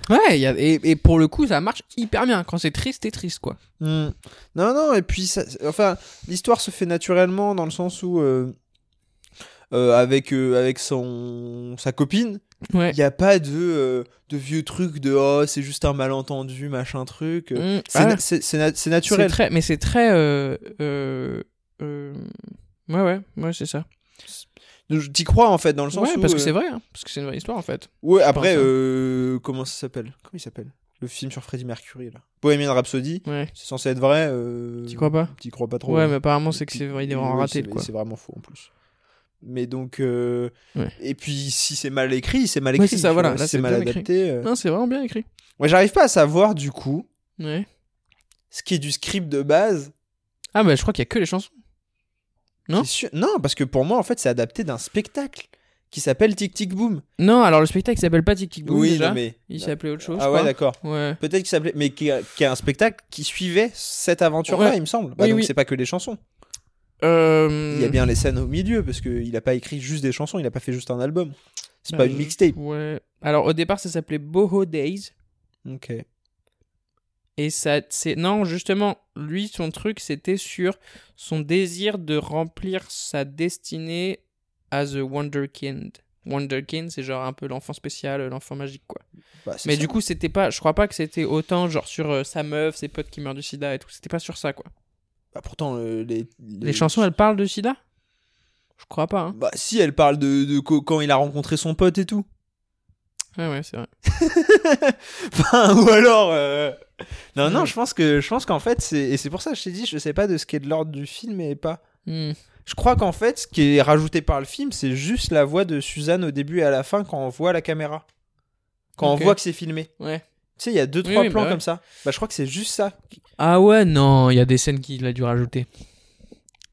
Speaker 5: Ouais, il y a- et, et pour le coup, ça marche hyper bien. Quand c'est triste, t'es triste, quoi.
Speaker 6: Hmm. Non, non, et puis, ça, enfin, l'histoire se fait naturellement dans le sens où, euh, euh, avec, euh, avec son, sa copine,
Speaker 5: Ouais.
Speaker 6: Il n'y a pas de, euh, de vieux truc de oh, c'est juste un malentendu, machin truc.
Speaker 5: Mm,
Speaker 6: C'est
Speaker 5: ah.
Speaker 6: na- c'est- c'est na- c'est
Speaker 5: C'est
Speaker 6: naturel.
Speaker 5: très, mais c'est très. euh, euh, euh, ouais, ouais, ouais, c'est ça.
Speaker 6: Je- T'y crois en fait, dans le sens
Speaker 5: Ouais,
Speaker 6: où.
Speaker 5: parce
Speaker 6: euh,
Speaker 5: que c'est vrai, hein, parce que c'est une vraie histoire en fait.
Speaker 6: Ouais, après,
Speaker 5: pense, hein.
Speaker 6: euh, comment ça s'appelle Comment il s'appelle Le film sur Freddie Mercury, là. Bohemian Rhapsody,
Speaker 5: Ouais.
Speaker 6: c'est censé être vrai. euh,
Speaker 5: T'y crois pas
Speaker 6: T'y crois pas trop.
Speaker 5: ouais,
Speaker 6: hein.
Speaker 5: mais apparemment c'est que c'est vrai, il est vraiment
Speaker 6: Ouais,
Speaker 5: raté
Speaker 6: c'est-
Speaker 5: quoi.
Speaker 6: C'est vraiment faux en plus. Mais donc. euh,
Speaker 5: Ouais.
Speaker 6: Et puis, si c'est mal écrit, c'est mal
Speaker 5: Ouais,
Speaker 6: écrit.
Speaker 5: c'est ça,
Speaker 6: tu
Speaker 5: voilà,
Speaker 6: vois,
Speaker 5: là,
Speaker 6: si c'est
Speaker 5: c'est
Speaker 6: mal
Speaker 5: bien écrit.
Speaker 6: adapté. euh.
Speaker 5: Non, c'est vraiment bien écrit.
Speaker 6: Ouais, j'arrive pas à savoir du coup
Speaker 5: Ouais.
Speaker 6: ce qui est du script de base
Speaker 5: Ah bah je crois qu'il y a que les chansons. Non
Speaker 6: C'est sûr- Non, parce que pour moi, en fait, c'est adapté d'un spectacle qui s'appelle Tic Tic Boom.
Speaker 5: Non, alors le spectacle il s'appelle pas Tic Tic Boom déjà.
Speaker 6: non, mais.
Speaker 5: Il s'appelait autre chose.
Speaker 6: Ah ouais, d'accord.
Speaker 5: Ouais.
Speaker 6: Peut-être qu'il s'appelait. Mais qui a, qui a un spectacle qui suivait cette aventure-là,
Speaker 5: Ouais.
Speaker 6: il me semble. Bah,
Speaker 5: Oui,
Speaker 6: donc,
Speaker 5: oui.
Speaker 6: c'est pas que des chansons.
Speaker 5: Euh...
Speaker 6: Il y a bien les scènes au milieu, parce qu'il a pas écrit juste des chansons, il a pas fait juste un album. C'est
Speaker 5: Ah,
Speaker 6: pas une
Speaker 5: je-
Speaker 6: mixtape.
Speaker 5: Ouais. Alors au départ ça s'appelait Boho Days
Speaker 6: Ok.
Speaker 5: et ça c'est non justement lui son truc c'était sur son désir de remplir sa destinée à The Wonderkind. Wonderkind c'est genre un peu l'enfant spécial, euh, l'enfant magique quoi.
Speaker 6: Bah, c'est
Speaker 5: Mais
Speaker 6: ça.
Speaker 5: du coup, c'était pas. Je crois pas que c'était autant genre sur euh, sa meuf, ses potes qui meurent du sida et tout. C'était pas sur ça quoi.
Speaker 6: Bah, pourtant, euh, les,
Speaker 5: Les, chansons, elles parlent de sida Je crois pas. hein.
Speaker 6: Bah, si, elle parle de, de co- quand il a rencontré son pote et tout.
Speaker 5: Ouais, ouais, c'est vrai.
Speaker 6: Enfin, Bah, ou alors. euh, Non,
Speaker 5: Mm.
Speaker 6: non, je pense que je pense qu'en fait, c'est et c'est pour ça que je t'ai dit, je sais pas de ce qui est de l'ordre du film et pas.
Speaker 5: Hmm.
Speaker 6: Je crois qu'en fait, ce qui est rajouté par le film, c'est juste la voix de Suzanne au début et à la fin quand on voit la caméra, quand
Speaker 5: Ok.
Speaker 6: on voit que c'est filmé.
Speaker 5: Ouais.
Speaker 6: Tu sais, il y a deux
Speaker 5: Oui,
Speaker 6: trois
Speaker 5: oui, bah
Speaker 6: plans
Speaker 5: ouais.
Speaker 6: comme ça. Bah, je crois que c'est juste ça.
Speaker 5: Ah ouais, non, il y a des scènes qu'il a dû rajouter.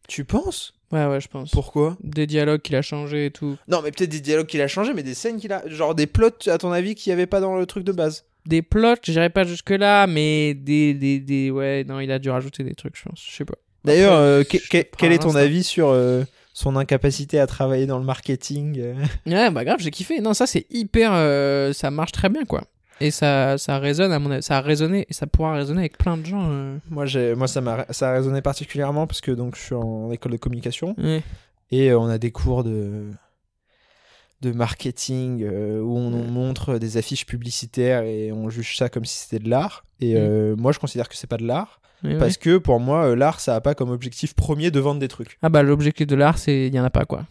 Speaker 6: Tu penses
Speaker 5: Ouais, ouais, je pense.
Speaker 6: Pourquoi
Speaker 5: Des dialogues qu'il a changé et tout.
Speaker 6: Non, mais peut-être des dialogues qu'il a changé, mais des scènes qu'il a, genre des plots à ton avis qu'il y avait pas dans le truc de base.
Speaker 5: Des plots, j'irai pas jusque-là, mais des, des, des. Ouais, non, il a dû rajouter des trucs, je pense. Je sais pas.
Speaker 6: D'ailleurs,
Speaker 5: Bah, Après,
Speaker 6: euh,
Speaker 5: je
Speaker 6: que-
Speaker 5: sais
Speaker 6: que-
Speaker 5: pas,
Speaker 6: quel est ton
Speaker 5: l'instinct.
Speaker 6: avis sur euh, son incapacité à travailler dans le marketing euh
Speaker 5: Ouais, bah grave, j'ai kiffé. Non, ça, c'est hyper. euh, ça marche très bien, quoi. Et ça, ça résonne, à mon avis. Ça a résonné, et ça pourra résonner avec plein de gens. euh.
Speaker 6: Moi, j'ai- moi ça m'a ça a résonné particulièrement parce que donc je suis en école de communication
Speaker 5: Ouais.
Speaker 6: et euh, on a des cours de de marketing euh, où on, nous montre des affiches publicitaires et on juge ça comme si c'était de l'art et
Speaker 5: Mm.
Speaker 6: euh, moi je considère que c'est pas de l'art
Speaker 5: Ouais, ouais.
Speaker 6: parce que pour moi euh, l'art ça a pas comme objectif premier de vendre des trucs.
Speaker 5: Ah bah, l'objectif de l'art, c'est. Il y en a pas, quoi.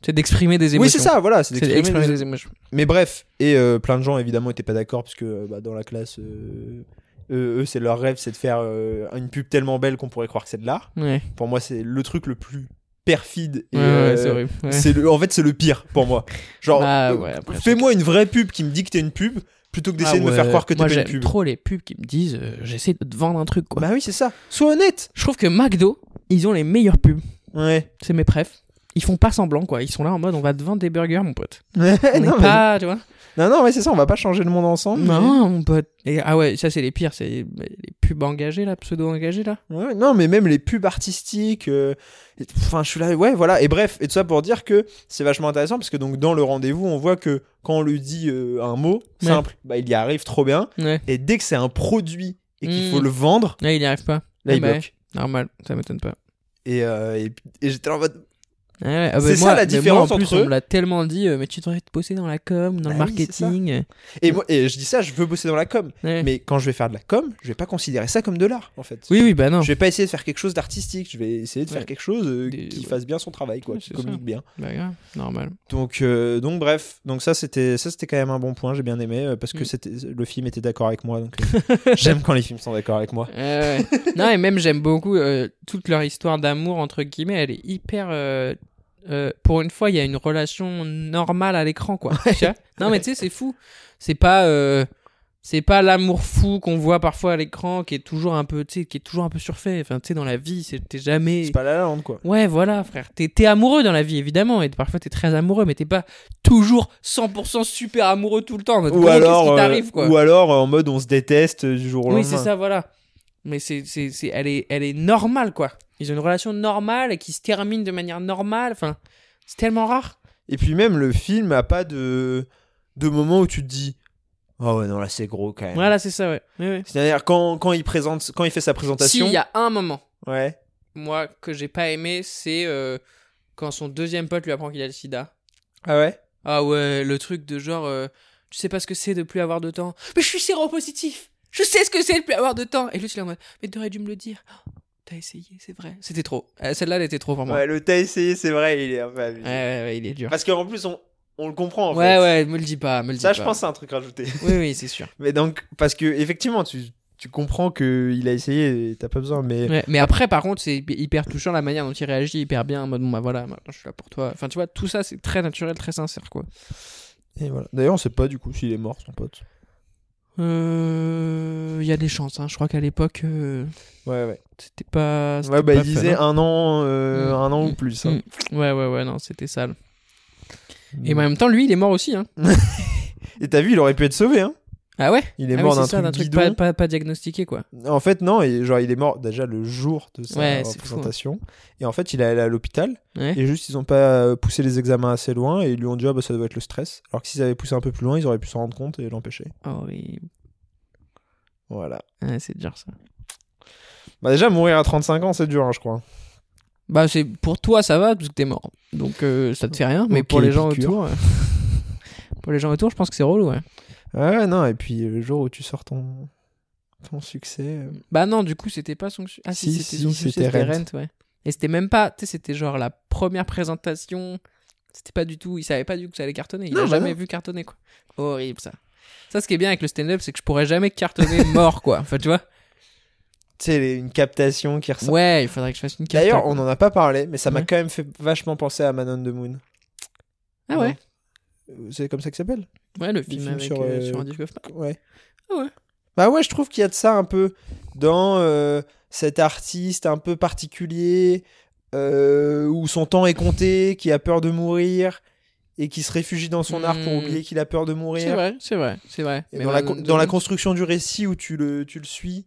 Speaker 5: C'est d'exprimer des émotions.
Speaker 6: Oui, c'est ça, voilà, c'est
Speaker 5: C'est
Speaker 6: d'exprimer
Speaker 5: d'exprimer
Speaker 6: des-
Speaker 5: des émotions.
Speaker 6: Mais bref, et euh, plein de gens évidemment étaient pas d'accord parce que euh, bah, dans la classe euh, eux, eux, c'est leur rêve c'est de faire euh, une pub tellement belle qu'on pourrait croire que c'est de l'art.
Speaker 5: Ouais,
Speaker 6: Pour moi, c'est le truc le plus perfide et
Speaker 5: ouais, ouais,
Speaker 6: euh,
Speaker 5: c'est horrible. Ouais.
Speaker 6: c'est le en fait c'est le pire pour moi. Genre
Speaker 5: Bah,
Speaker 6: euh,
Speaker 5: ouais, après,
Speaker 6: fais-moi une vraie pub qui me dit que t'es une pub plutôt que d'essayer
Speaker 5: Ah
Speaker 6: de me faire
Speaker 5: ouais.
Speaker 6: croire que t'es
Speaker 5: Moi,
Speaker 6: pas une
Speaker 5: j'aime
Speaker 6: pub.
Speaker 5: trop les pubs qui me disent euh, j'essaie de te vendre un truc, quoi.
Speaker 6: Bah oui, c'est ça. Sois honnête.
Speaker 5: Je trouve que McDo, ils ont les meilleures pubs.
Speaker 6: Ouais.
Speaker 5: C'est mes prefs. Ils font pas semblant, quoi. Ils sont là en mode on va te vendre des burgers, mon pote. On n'est
Speaker 6: Eh non, mais- Oh,
Speaker 5: pas, tu vois.
Speaker 6: non non, ouais, c'est ça, on va pas changer le monde ensemble.
Speaker 5: Non, mon pote. Et- ah ouais, ça, c'est les pires. C'est les pubs engagées, là, pseudo-engagées, là.
Speaker 6: Ouais, ouais, non, mais même les pubs artistiques. euh, et- Enfin, je suis là, ouais, voilà. Et bref, et tout ça pour dire que c'est vachement intéressant parce que donc dans le rendez-vous, on voit que quand on lui dit euh, un mot
Speaker 5: Ouais.
Speaker 6: simple, bah, il y arrive trop bien.
Speaker 5: Ouais.
Speaker 6: Et dès que c'est un produit et qu'il
Speaker 5: Mm.
Speaker 6: faut le vendre,
Speaker 5: Là, il y arrive pas.
Speaker 6: là,
Speaker 5: Ah
Speaker 6: il
Speaker 5: bah,
Speaker 6: bloque.
Speaker 5: Normal, ça m'étonne pas.
Speaker 6: Et, euh, et, et j'étais là en mode.
Speaker 5: Ouais, ouais. Ah bah,
Speaker 6: C'est ça,
Speaker 5: moi-
Speaker 6: la
Speaker 5: mais moi,
Speaker 6: différence
Speaker 5: en plus,
Speaker 6: entre eux.
Speaker 5: On me l'a tellement dit, euh, mais tu devrais te bosser dans la com, dans le
Speaker 6: Bah oui, c'est ça.
Speaker 5: marketing. euh.
Speaker 6: Et, moi, et je dis ça, je veux bosser dans la com.
Speaker 5: Ouais.
Speaker 6: Mais quand je vais faire de la com, je vais pas considérer ça comme de l'art en fait.
Speaker 5: Oui, oui, bah non.
Speaker 6: Je vais pas essayer de faire quelque chose d'artistique, je vais essayer de faire
Speaker 5: Ouais.
Speaker 6: quelque chose euh,
Speaker 5: Des-
Speaker 6: qui
Speaker 5: ouais.
Speaker 6: fasse bien son travail, quoi,
Speaker 5: Ouais,
Speaker 6: qui
Speaker 5: c'est ça.
Speaker 6: communique bien.
Speaker 5: Bah grave, normal.
Speaker 6: Donc, euh, donc bref, donc ça c'était ça c'était quand même un bon point, j'ai bien aimé euh, parce que
Speaker 5: Mm.
Speaker 6: c'était le film était d'accord avec moi. Donc euh, j'aime quand les films sont d'accord avec moi.
Speaker 5: Ouais, ouais. non, et même j'aime beaucoup euh, toute leur histoire d'amour, entre guillemets, elle est hyper. euh, euh, pour une fois, il y a une relation normale à l'écran, quoi. Tu vois non, mais tu sais, c'est fou. C'est pas. euh, c'est pas l'amour fou qu'on voit parfois à l'écran qui est toujours un peu tu sais qui est toujours un peu surfait enfin tu sais dans la vie c'est t'es jamais
Speaker 6: C'est pas la lande quoi.
Speaker 5: ouais voilà frère t'es t'es amoureux dans la vie évidemment et parfois t'es très amoureux mais t'es pas toujours 100% super amoureux tout le temps En mode,
Speaker 6: Ou
Speaker 5: comment-
Speaker 6: alors,
Speaker 5: qu'est-ce qui
Speaker 6: euh,
Speaker 5: t'arrive quoi
Speaker 6: ou alors euh, en mode on se déteste euh, du jour au lendemain.
Speaker 5: oui, c'est ça, voilà. Mais c'est, c'est, c'est- elle, est, elle est normale, quoi. Ils ont une relation normale et qui se termine de manière normale. Enfin, c'est tellement rare.
Speaker 6: Et puis même le film a pas de de moment où tu te dis oh ouais non là c'est gros quand même.
Speaker 5: Voilà, c'est ça, ouais. Ouais, ouais.
Speaker 6: C'est-à-dire quand, quand il présente quand il fait sa
Speaker 5: Si,
Speaker 6: présentation.
Speaker 5: il y a un moment,
Speaker 6: Ouais.
Speaker 5: moi, que j'ai pas aimé, c'est euh, quand son deuxième pote lui apprend qu'il a le sida.
Speaker 6: Ah ouais.
Speaker 5: Ah ouais, le truc de genre, euh, tu sais pas ce que c'est de plus avoir de temps. Mais je suis séropositif Je sais ce que c'est de plus avoir de temps Et lui, il est en mode, mais t'aurais dû me le dire. Oh, T'as essayé, c'est vrai. C'était trop. Euh, Celle-là, elle était trop pour moi. Ouais,
Speaker 6: Ouais le t'as essayé c'est vrai il est un peu abusé.
Speaker 5: ouais, ouais, il est dur.
Speaker 6: Parce qu'en plus on on le comprend en
Speaker 5: ouais,
Speaker 6: fait.
Speaker 5: ouais, me le dis pas, me le dis
Speaker 6: Ça
Speaker 5: pas.
Speaker 6: je pense c'est un truc rajouté.
Speaker 5: Oui, oui, c'est sûr.
Speaker 6: Mais donc, parce que effectivement, tu, tu comprends que il a essayé et t'as pas besoin, mais.
Speaker 5: Ouais, mais après, par contre, c'est hyper touchant la manière dont il réagit, hyper bien, en mode bon bah voilà, maintenant je suis là pour toi. Enfin, tu vois, tout ça c'est très naturel, très sincère quoi.
Speaker 6: Et voilà. D'ailleurs, on sait pas du coup s'il est mort, son pote.
Speaker 5: Euh, Il y a des chances, hein. je crois qu'à l'époque euh,
Speaker 6: Ouais, ouais.
Speaker 5: c'était pas. c'était
Speaker 6: Ouais, bah
Speaker 5: pas
Speaker 6: il
Speaker 5: fun,
Speaker 6: disait
Speaker 5: hein.
Speaker 6: un an, euh,
Speaker 5: Mm.
Speaker 6: un an ou
Speaker 5: Mm.
Speaker 6: plus. hein.
Speaker 5: Ouais, ouais, ouais, non, c'était sale. Mm. Et mais en même temps, lui il est mort aussi, hein.
Speaker 6: Et t'as vu, il aurait pu être sauvé, hein.
Speaker 5: Ah ouais
Speaker 6: Il est
Speaker 5: Ah
Speaker 6: mort
Speaker 5: oui,
Speaker 6: d'un
Speaker 5: c'est ça,
Speaker 6: truc,
Speaker 5: pas,
Speaker 6: bidon.
Speaker 5: pas, pas diagnostiqué quoi.
Speaker 6: En fait, non, et genre, il est mort déjà le jour de sa
Speaker 5: Ouais, c'est fou,
Speaker 6: présentation. Et en fait, il est allé à l'hôpital.
Speaker 5: Ouais.
Speaker 6: Et juste, ils ont pas euh, poussé les examens assez loin. Et ils lui ont dit, ah bah ça doit être le stress. Alors que s'ils avaient poussé un peu plus loin, ils auraient pu s'en rendre compte et l'empêcher.
Speaker 5: Oh oui,
Speaker 6: Voilà.
Speaker 5: Ouais, c'est dur ça.
Speaker 6: Bah déjà, mourir à 35 ans, c'est dur, hein, je crois.
Speaker 5: Bah, c'est pour toi, ça va, parce que t'es mort. Donc, euh, ça te fait rien, mais
Speaker 6: Ok,
Speaker 5: pour les gens
Speaker 6: piqûre.
Speaker 5: autour. euh, pour les gens autour, je pense que c'est relou, ouais.
Speaker 6: Ouais, ouais, non, et puis euh, le jour où tu sors ton, ton succès. euh,
Speaker 5: Bah non, du coup, c'était pas son Ah si,
Speaker 6: Si,
Speaker 5: c'était
Speaker 6: si,
Speaker 5: son succès,
Speaker 6: c'était
Speaker 5: c'était
Speaker 6: Rent.
Speaker 5: Rent, ouais. Et c'était même pas, tu sais, c'était genre la première présentation. C'était pas du tout, il savait pas du tout que ça allait cartonner. Il
Speaker 6: Non,
Speaker 5: a
Speaker 6: bah
Speaker 5: jamais
Speaker 6: non.
Speaker 5: vu cartonner quoi. Horrible ça. Ça, ce qui est bien avec le stand-up, c'est que je pourrais jamais cartonner mort quoi. Enfin, tu vois.
Speaker 6: Tu sais, les- une captation qui ressort.
Speaker 5: Ouais, il faudrait que je fasse une carton.
Speaker 6: D'ailleurs, on n'en a pas parlé, mais ça m'a
Speaker 5: Ouais.
Speaker 6: quand même fait vachement penser à Man on the Moon.
Speaker 5: ah ouais.
Speaker 6: Euh, C'est comme ça que ça s'appelle
Speaker 5: Ouais, le
Speaker 6: Des
Speaker 5: film
Speaker 6: films
Speaker 5: avec,
Speaker 6: sur,
Speaker 5: sur, euh,
Speaker 6: euh,
Speaker 5: sur Andy Kaufman.
Speaker 6: Ouais.
Speaker 5: Ah ouais.
Speaker 6: Bah ouais, je trouve qu'il y a de ça un peu dans euh, cet artiste un peu particulier euh, où son temps est compté, qui a peur de mourir et qui se réfugie dans son art pour
Speaker 5: Hmm.
Speaker 6: oublier qu'il a peur de
Speaker 5: C'est
Speaker 6: mourir.
Speaker 5: vrai, c'est vrai, c'est vrai.
Speaker 6: Et
Speaker 5: Mais
Speaker 6: dans, la,
Speaker 5: Man
Speaker 6: con-
Speaker 5: on the
Speaker 6: dans la
Speaker 5: Moon-
Speaker 6: construction du récit où tu le, tu le suis.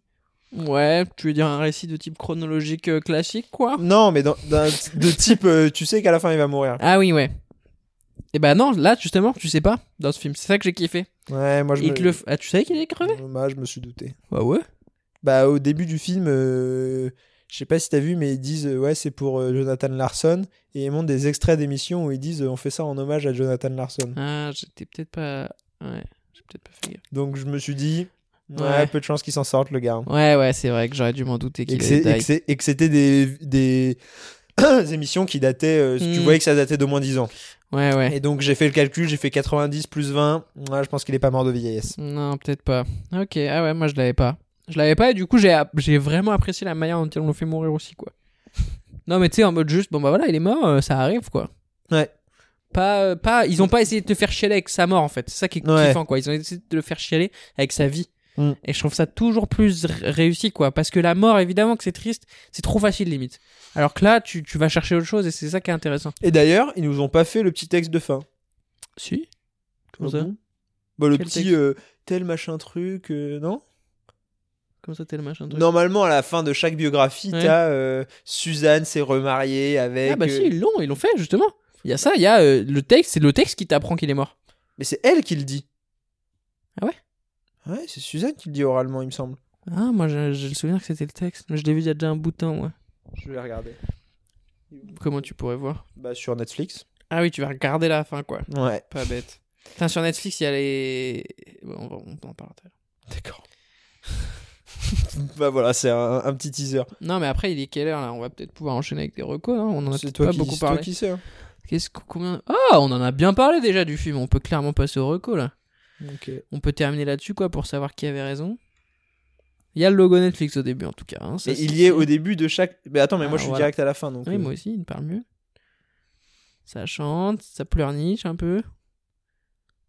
Speaker 5: Ouais, tu veux dire un récit de type chronologique euh, classique, quoi
Speaker 6: Non, mais dans- d'un- de type, euh, tu sais qu'à la fin il va mourir.
Speaker 5: Ah oui, ouais. Et bah non, là, justement, tu sais pas, dans ce film. C'est ça que j'ai kiffé.
Speaker 6: Ouais, moi je
Speaker 5: Il
Speaker 6: me...
Speaker 5: te le f- Ah, tu savais qu'il allait crever
Speaker 6: Moi, je me suis douté.
Speaker 5: Bah ouais.
Speaker 6: Bah, au début du film, euh, je sais pas si t'as vu, mais ils disent euh, ouais, c'est pour euh, Jonathan Larson. Et ils montrent des extraits d'émissions où ils disent euh, on fait ça en hommage à Jonathan Larson.
Speaker 5: Ah, j'étais peut-être pas... Ouais, j'ai peut-être pas fait gaffe.
Speaker 6: Donc je me suis dit, ouais,
Speaker 5: Ouais.
Speaker 6: peu de chance qu'ils s'en sortent, le gars. hein.
Speaker 5: Ouais, ouais, c'est vrai que j'aurais dû m'en douter
Speaker 6: Et
Speaker 5: qu'il
Speaker 6: que c'est-
Speaker 5: allait
Speaker 6: et que
Speaker 5: die.
Speaker 6: c'est- et que c'était des, des émissions qui dataient, euh, tu
Speaker 5: Hmm.
Speaker 6: voyais que ça datait d'au moins 10 ans.
Speaker 5: Ouais, ouais.
Speaker 6: Et donc j'ai fait le calcul, j'ai fait 90 plus 20. Ouais, je pense qu'il est pas mort de vieillesse.
Speaker 5: Non, peut-être pas. Ok, ah ouais, moi je l'avais pas. Je l'avais pas et du coup j'ai app- j'ai vraiment apprécié la manière dont ils l'ont fait mourir aussi, quoi. Non, mais tu sais, en mode juste, bon bah voilà, il est mort, euh, ça arrive, quoi.
Speaker 6: Ouais.
Speaker 5: Pas, euh, pas, ils ont pas essayé de te faire chialer avec sa mort, en fait. C'est ça qui est
Speaker 6: Ouais.
Speaker 5: kiffant, quoi. Ils ont essayé de le faire chialer avec sa vie.
Speaker 6: Mm.
Speaker 5: Et je trouve ça toujours plus r- réussi, quoi. Parce que la mort, évidemment que c'est triste, c'est trop facile, limite. Alors que là, tu, tu vas chercher autre chose et c'est ça qui est intéressant.
Speaker 6: Et d'ailleurs, ils nous ont pas fait le petit texte de fin.
Speaker 5: Si Comment
Speaker 6: Comment
Speaker 5: ça
Speaker 6: ça Bah, le
Speaker 5: Quel
Speaker 6: petit
Speaker 5: texte
Speaker 6: euh, tel machin truc, euh, non
Speaker 5: Comment ça, t'es le machin truc
Speaker 6: Normalement, à la fin de chaque biographie,
Speaker 5: Ouais.
Speaker 6: t'as euh, Suzanne s'est remariée avec.
Speaker 5: Ah bah
Speaker 6: euh,
Speaker 5: si, ils l'ont, ils l'ont fait justement. Il y a ça, il y a euh, le texte, c'est le texte qui t'apprend qu'il est mort.
Speaker 6: Mais c'est elle qui le dit.
Speaker 5: Ah ouais
Speaker 6: Ouais, c'est Suzanne qui le dit oralement, il me semble.
Speaker 5: Ah, moi j'ai j'ai le souvenir que c'était le texte, mais je l'ai vu il y a déjà un bout de temps, moi.
Speaker 6: Je vais regarder.
Speaker 5: Comment tu pourrais voir
Speaker 6: Bah, sur Netflix.
Speaker 5: Ah oui, tu vas regarder la fin, quoi.
Speaker 6: Ouais.
Speaker 5: Pas bête. Putain, sur Netflix, il y a les. Bon, on, va, on en parle tout à l'heure.
Speaker 6: D'accord. bah voilà, c'est un, un petit teaser.
Speaker 5: Non, mais après, il est quelle heure là On va peut-être pouvoir enchaîner avec des recos, hein on en a
Speaker 6: C'est
Speaker 5: peut-être
Speaker 6: toi,
Speaker 5: pas
Speaker 6: qui-
Speaker 5: beaucoup
Speaker 6: c'est toi
Speaker 5: parlé.
Speaker 6: qui sais. hein.
Speaker 5: Qu'est-ce que- combien Ah, on en a bien parlé déjà du film, on peut clairement passer au recos là.
Speaker 6: Ok.
Speaker 5: On peut terminer là-dessus, quoi, pour savoir qui avait raison. Il y a le logo Netflix au début, en tout cas. hein, ça,
Speaker 6: Et
Speaker 5: c'est
Speaker 6: il y est
Speaker 5: sûr.
Speaker 6: au début de chaque. Mais attends, mais moi
Speaker 5: Ah,
Speaker 6: je suis
Speaker 5: voilà.
Speaker 6: direct à la fin donc.
Speaker 5: Oui,
Speaker 6: euh,
Speaker 5: moi aussi, il me parle mieux. Ça chante, ça pleurniche un peu.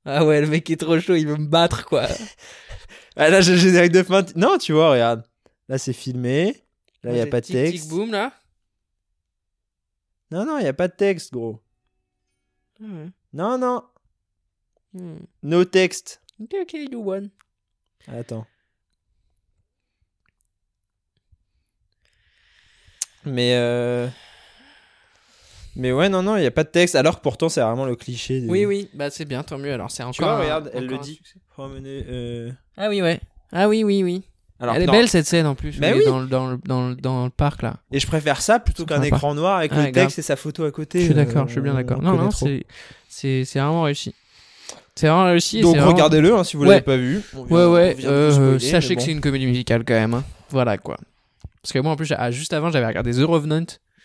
Speaker 5: Ah ouais, le mec est trop chaud, il veut me battre quoi.
Speaker 6: Ah, là, j'ai le générique de fin. Non, tu vois, regarde. Là, c'est filmé. Là, il n'y a
Speaker 5: J'ai
Speaker 6: pas de
Speaker 5: tic, tic,
Speaker 6: texte.
Speaker 5: boom là.
Speaker 6: Non, non, il n'y a pas de texte, gros.
Speaker 5: Ah ouais.
Speaker 6: Non, non.
Speaker 5: Hmm.
Speaker 6: No texte.
Speaker 5: Ok, ok, you won.
Speaker 6: Attends. Mais euh... Mais ouais, non, non, il n'y a pas de texte. Alors pourtant, c'est vraiment le cliché. de-
Speaker 5: Oui, oui, bah c'est bien, tant mieux. Alors c'est encore.
Speaker 6: Tu vois,
Speaker 5: un-
Speaker 6: regarde, elle
Speaker 5: encore
Speaker 6: le
Speaker 5: un
Speaker 6: dit.
Speaker 5: succès.
Speaker 6: Promener, euh,
Speaker 5: Ah oui, ouais. Ah oui, oui, oui.
Speaker 6: Alors,
Speaker 5: Elle est
Speaker 6: non.
Speaker 5: belle cette scène en plus.
Speaker 6: Bah
Speaker 5: où il est
Speaker 6: oui.
Speaker 5: dans, le- dans, le- dans, le- dans le parc là.
Speaker 6: Et je préfère ça plutôt qu'un
Speaker 5: Sympa.
Speaker 6: écran noir avec
Speaker 5: Ouais,
Speaker 6: le
Speaker 5: Ah, grave.
Speaker 6: texte et sa photo à côté.
Speaker 5: Je suis
Speaker 6: Euh,
Speaker 5: d'accord, je suis bien
Speaker 6: on
Speaker 5: d'accord. Non,
Speaker 6: connaît
Speaker 5: non,
Speaker 6: trop.
Speaker 5: c'est c'est- c'est vraiment réussi. C'est vraiment réussi. et
Speaker 6: Donc
Speaker 5: c'est vraiment-
Speaker 6: regardez-le hein, si vous
Speaker 5: Ouais.
Speaker 6: l'avez pas vu. On vient-
Speaker 5: Ouais,
Speaker 6: on
Speaker 5: ouais,
Speaker 6: vient de
Speaker 5: euh,
Speaker 6: vous spoiler,
Speaker 5: sachez
Speaker 6: mais
Speaker 5: que
Speaker 6: bon.
Speaker 5: c'est une comédie musicale quand même. hein. Voilà quoi. Parce que moi en plus, j'ai- ah, juste avant, j'avais regardé The Revenant,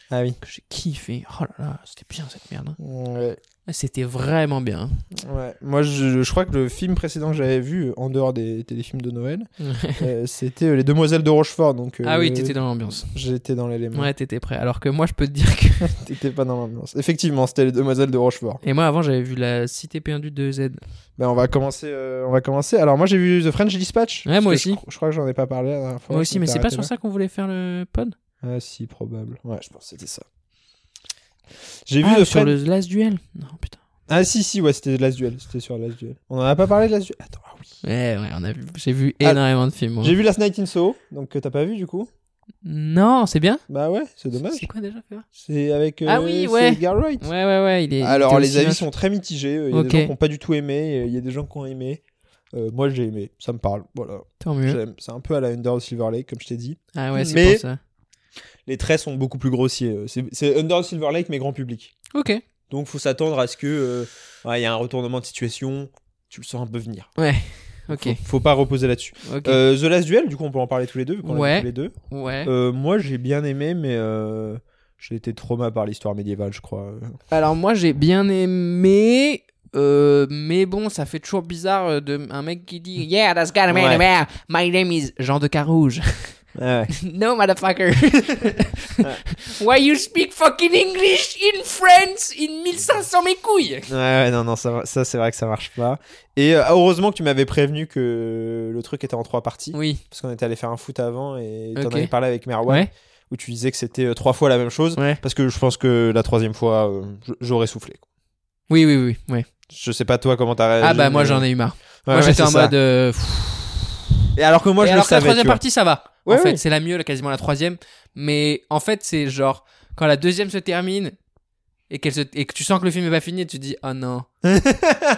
Speaker 6: Ah oui.
Speaker 5: que j'ai kiffé. Oh là là, c'était bien cette merde. hein.
Speaker 6: Ouais.
Speaker 5: Ah, C'était vraiment bien.
Speaker 6: Ouais. Moi, je, je crois que le film précédent que j'avais vu, euh, en dehors des téléfilms de Noël, euh, c'était euh, Les Demoiselles de Rochefort. Donc, euh,
Speaker 5: hein. ah oui, t'étais dans l'ambiance.
Speaker 6: J'étais dans l'élément.
Speaker 5: Ouais, t'étais prêt. Alors que moi, je peux te dire que.
Speaker 6: T'étais pas dans l'ambiance. Effectivement, c'était Les Demoiselles de Rochefort.
Speaker 5: Et moi, avant, j'avais vu la Cité perdue de Z.
Speaker 6: Ben, on va commencer. euh, on va commencer. Alors, moi, j'ai vu The French Dispatch.
Speaker 5: Ouais,
Speaker 6: parce
Speaker 5: moi
Speaker 6: que
Speaker 5: aussi.
Speaker 6: Je, cro- je crois que j'en ai pas parlé la dernière fois.
Speaker 5: moi aussi,
Speaker 6: on
Speaker 5: mais
Speaker 6: t'a
Speaker 5: c'est pas
Speaker 6: arrêté
Speaker 5: sur
Speaker 6: là.
Speaker 5: ça qu'on voulait faire le pod
Speaker 6: Ah, si, probable. Ouais, je pense que c'était ça. J'ai vu
Speaker 5: Ah,
Speaker 6: The
Speaker 5: sur
Speaker 6: French-
Speaker 5: le Last Duel Non, putain.
Speaker 6: Ah, si, si, ouais, c'était Last Duel. C'était sur Last Duel. On en a pas parlé de Last Duel. Attends, ah oui.
Speaker 5: Ouais, ouais, on a vu- j'ai vu
Speaker 6: Ah,
Speaker 5: énormément de films. moi.
Speaker 6: J'ai vu Last Night in Soho, donc que t'as pas vu du coup
Speaker 5: Non, c'est bien
Speaker 6: Bah ouais, c'est
Speaker 5: C'est
Speaker 6: dommage.
Speaker 5: quoi déjà Fabien
Speaker 6: C'est avec euh,
Speaker 5: Ah oui,
Speaker 6: c'est
Speaker 5: ouais.
Speaker 6: Edgar Wright.
Speaker 5: Ouais, ouais, ouais, il est. il
Speaker 6: Alors
Speaker 5: était
Speaker 6: les
Speaker 5: aussi
Speaker 6: avis
Speaker 5: bien.
Speaker 6: sont très mitigés. Il y a
Speaker 5: Ok.
Speaker 6: des gens qui ont pas du tout aimé, euh, il y a des gens qui ont aimé. Euh, moi j'ai aimé, ça me parle. Voilà,
Speaker 5: Tant mieux.
Speaker 6: j'aime. C'est un peu à la Under the Silver Lake comme je t'ai dit.
Speaker 5: Ah ouais, c'est
Speaker 6: Mais-
Speaker 5: pour ça.
Speaker 6: Les traits sont beaucoup plus grossiers. euh, C'est, c'est Under the Silver Lake mais grand public.
Speaker 5: Ok.
Speaker 6: Donc faut s'attendre à ce que euh, ouais, il y a un retournement de situation. Tu le sens un peu venir.
Speaker 5: Ok,
Speaker 6: Faut, faut pas reposer là-dessus.
Speaker 5: ok.
Speaker 6: Euh, The Last Duel, du coup on peut en parler tous les deux. vu qu'on l'a vu
Speaker 5: Ouais.
Speaker 6: tous les deux.
Speaker 5: ouais.
Speaker 6: Euh, moi j'ai bien aimé, mais euh, J'ai été trauma par l'histoire médiévale, je crois.
Speaker 5: Alors moi j'ai bien aimé, euh, mais bon ça fait toujours bizarre euh, de un mec qui dit Yeah, that's gotta be
Speaker 6: Ouais.
Speaker 5: man. My name is Jean de Carrouge.
Speaker 6: Ouais.
Speaker 5: no motherfucker. Why you speak fucking English in France in 1500 mes couilles.
Speaker 6: Ouais, ouais, non, non, ça, ça c'est vrai que ça marche pas. Et euh, heureusement que tu m'avais prévenu que le truc était en trois parties.
Speaker 5: Oui.
Speaker 6: Parce qu'on était allé faire un foot avant et t'en
Speaker 5: Mm. Ok.
Speaker 6: avais parlé avec Merwan.
Speaker 5: Ouais.
Speaker 6: Où tu disais que c'était euh, trois fois la même chose.
Speaker 5: Ouais.
Speaker 6: Parce que je pense que la troisième fois, euh, j- j'aurais soufflé. quoi.
Speaker 5: Oui oui oui. Ouais.
Speaker 6: Je sais pas toi comment t'as réagi.
Speaker 5: ah bah moi j'en ai eu marre. moi j'étais en mode. euh, pff.
Speaker 6: Et alors que moi
Speaker 5: Et
Speaker 6: je
Speaker 5: alors
Speaker 6: le
Speaker 5: que la
Speaker 6: savais.
Speaker 5: troisième
Speaker 6: tu vois.
Speaker 5: partie ça va.
Speaker 6: Ouais,
Speaker 5: en
Speaker 6: ouais.
Speaker 5: fait c'est la mieux, là, quasiment la troisième. Mais en fait c'est genre quand la deuxième se termine et, qu'elle se... et que tu sens que le film est pas fini, tu dis oh non.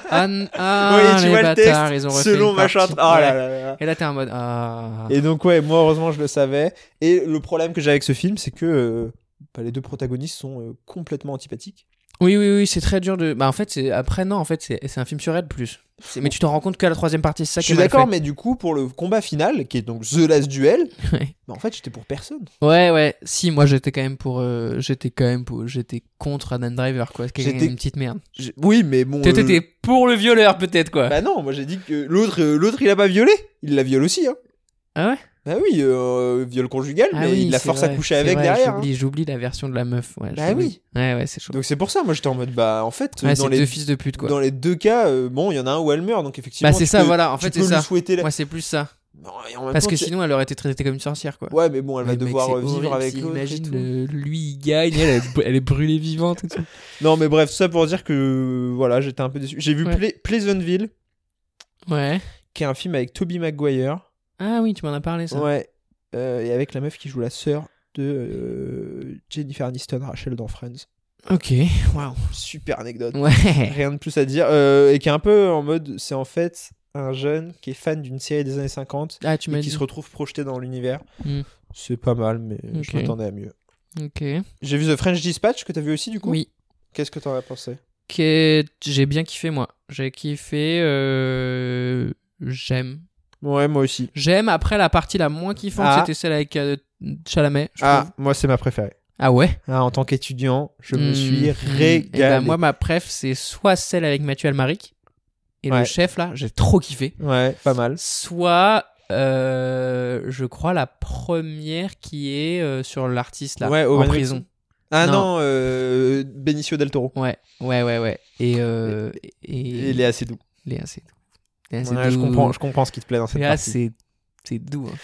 Speaker 5: Ah, n- ah,
Speaker 6: Oui, tu
Speaker 5: les
Speaker 6: vois le
Speaker 5: bâtards,
Speaker 6: test,
Speaker 5: ils ont refait
Speaker 6: Selon
Speaker 5: une
Speaker 6: machin.
Speaker 5: partie.
Speaker 6: Oh là
Speaker 5: Ouais.
Speaker 6: là là.
Speaker 5: Et là, t'es en mode. Ah.
Speaker 6: Et donc ouais, moi heureusement je le savais. Et le problème que j'ai avec ce film, c'est que euh, bah, les deux protagonistes sont euh, complètement antipathiques.
Speaker 5: Oui, oui, oui, c'est très dur de. Bah, en fait, c'est. Après, non, en fait, c'est c'est un film sur elle plus. C'est- Mais tu t'en rends compte que la troisième partie, c'est ça
Speaker 6: je
Speaker 5: qui est
Speaker 6: suis
Speaker 5: mal
Speaker 6: d'accord,
Speaker 5: fait.
Speaker 6: mais du coup pour le combat final, qui est donc The Last Duel,
Speaker 5: Ouais.
Speaker 6: bah, en fait j'étais pour personne.
Speaker 5: Ouais, ouais. Si, moi, j'étais quand même pour. euh, J'étais quand même pour. J'étais contre Adam Driver, quoi. C'est
Speaker 6: J'étais-
Speaker 5: une petite merde.
Speaker 6: J'ai- Oui, mais bon.
Speaker 5: T'étais
Speaker 6: euh,
Speaker 5: t'étais pour le violeur, peut-être, quoi.
Speaker 6: Bah non, moi j'ai dit que l'autre, euh, l'autre il a pas violé, il la viole aussi. Hein.
Speaker 5: Ah ouais
Speaker 6: Bah oui, euh, viol conjugal,
Speaker 5: Ah
Speaker 6: mais
Speaker 5: oui,
Speaker 6: il la
Speaker 5: c'est
Speaker 6: force à
Speaker 5: vrai,
Speaker 6: coucher
Speaker 5: c'est
Speaker 6: avec
Speaker 5: vrai,
Speaker 6: derrière. hein.
Speaker 5: J'oublie j'oublie la version de la meuf. Ouais,
Speaker 6: Bah
Speaker 5: j'oublie. Ouais, ouais, c'est chaud.
Speaker 6: Donc c'est pour ça, moi j'étais en mode bah en fait
Speaker 5: Ouais,
Speaker 6: dans
Speaker 5: c'est
Speaker 6: les
Speaker 5: deux fils de pute, quoi.
Speaker 6: dans les deux cas, euh, bon il y en a un où elle meurt, donc effectivement.
Speaker 5: Bah, c'est
Speaker 6: tu
Speaker 5: ça,
Speaker 6: peux-
Speaker 5: voilà. En
Speaker 6: tu
Speaker 5: fait,
Speaker 6: peux
Speaker 5: c'est
Speaker 6: lui
Speaker 5: ça.
Speaker 6: souhaiter la-
Speaker 5: Moi, c'est plus ça.
Speaker 6: Non, et en même
Speaker 5: Parce
Speaker 6: temps,
Speaker 5: que
Speaker 6: tu-
Speaker 5: sinon, elle aurait été traitée comme une sorcière, quoi.
Speaker 6: Ouais, mais bon, elle va
Speaker 5: Mais mec,
Speaker 6: devoir
Speaker 5: c'est
Speaker 6: euh, vivre
Speaker 5: horrible,
Speaker 6: avec
Speaker 5: si
Speaker 6: l'autre. et
Speaker 5: Imagine,
Speaker 6: tout.
Speaker 5: le- lui, il gagne, elle, elle, est- elle est brûlée vivante. et tout.
Speaker 6: Non, mais bref, tout ça pour dire que euh, voilà, j'étais un peu déçu. J'ai vu
Speaker 5: Ouais.
Speaker 6: Pla- Pleasantville,
Speaker 5: Ouais.
Speaker 6: qui est un film avec Toby Maguire.
Speaker 5: Ah oui, tu m'en as parlé, ça.
Speaker 6: Ouais. Euh, et avec la meuf qui joue la sœur de euh, Jennifer Aniston, Rachel dans Friends.
Speaker 5: Ok, waouh.
Speaker 6: Super anecdote.
Speaker 5: Ouais.
Speaker 6: Rien de plus à dire. Euh, et qui est un peu en mode, c'est en fait un jeune qui est fan d'une série des années 50
Speaker 5: Ah, tu m'as
Speaker 6: et qui
Speaker 5: dit.
Speaker 6: se retrouve projeté dans l'univers.
Speaker 5: Hmm.
Speaker 6: C'est pas mal, mais je
Speaker 5: Ok.
Speaker 6: m'attendais à mieux.
Speaker 5: Ok.
Speaker 6: J'ai vu The French Dispatch que t'as vu aussi du coup.
Speaker 5: Oui.
Speaker 6: Qu'est-ce que t'en as pensé
Speaker 5: Que... J'ai bien kiffé, moi. J'ai kiffé. euh, J'aime.
Speaker 6: Ouais, moi aussi.
Speaker 5: J'aime. Après, la partie la moins kiffante,
Speaker 6: Ah.
Speaker 5: c'était celle avec euh, Chalamet. Je
Speaker 6: Ah,
Speaker 5: trouve.
Speaker 6: moi c'est ma préférée.
Speaker 5: Ah ouais
Speaker 6: Ah, en tant qu'étudiant, je me
Speaker 5: Hmm.
Speaker 6: suis régalé.
Speaker 5: Eh ben, moi, ma préf, c'est soit celle avec Mathieu Almaric. Et
Speaker 6: Ouais.
Speaker 5: le chef, là, j'ai trop kiffé.
Speaker 6: Ouais, pas mal.
Speaker 5: Soit, euh, je crois, la première qui est euh, sur l'artiste là,
Speaker 6: Ouais,
Speaker 5: en
Speaker 6: Owen
Speaker 5: prison.
Speaker 6: Ah non,
Speaker 5: Non.
Speaker 6: euh, Benicio del Toro.
Speaker 5: Ouais, ouais, ouais, ouais. Et, euh, et,
Speaker 6: Il est assez doux.
Speaker 5: Léa, c'est doux. Léa, c'est
Speaker 6: Ouais, je
Speaker 5: doux.
Speaker 6: comprends, je comprends ce qui te plaît dans cette
Speaker 5: Léa,
Speaker 6: partie.
Speaker 5: c'est c'est doux. hein.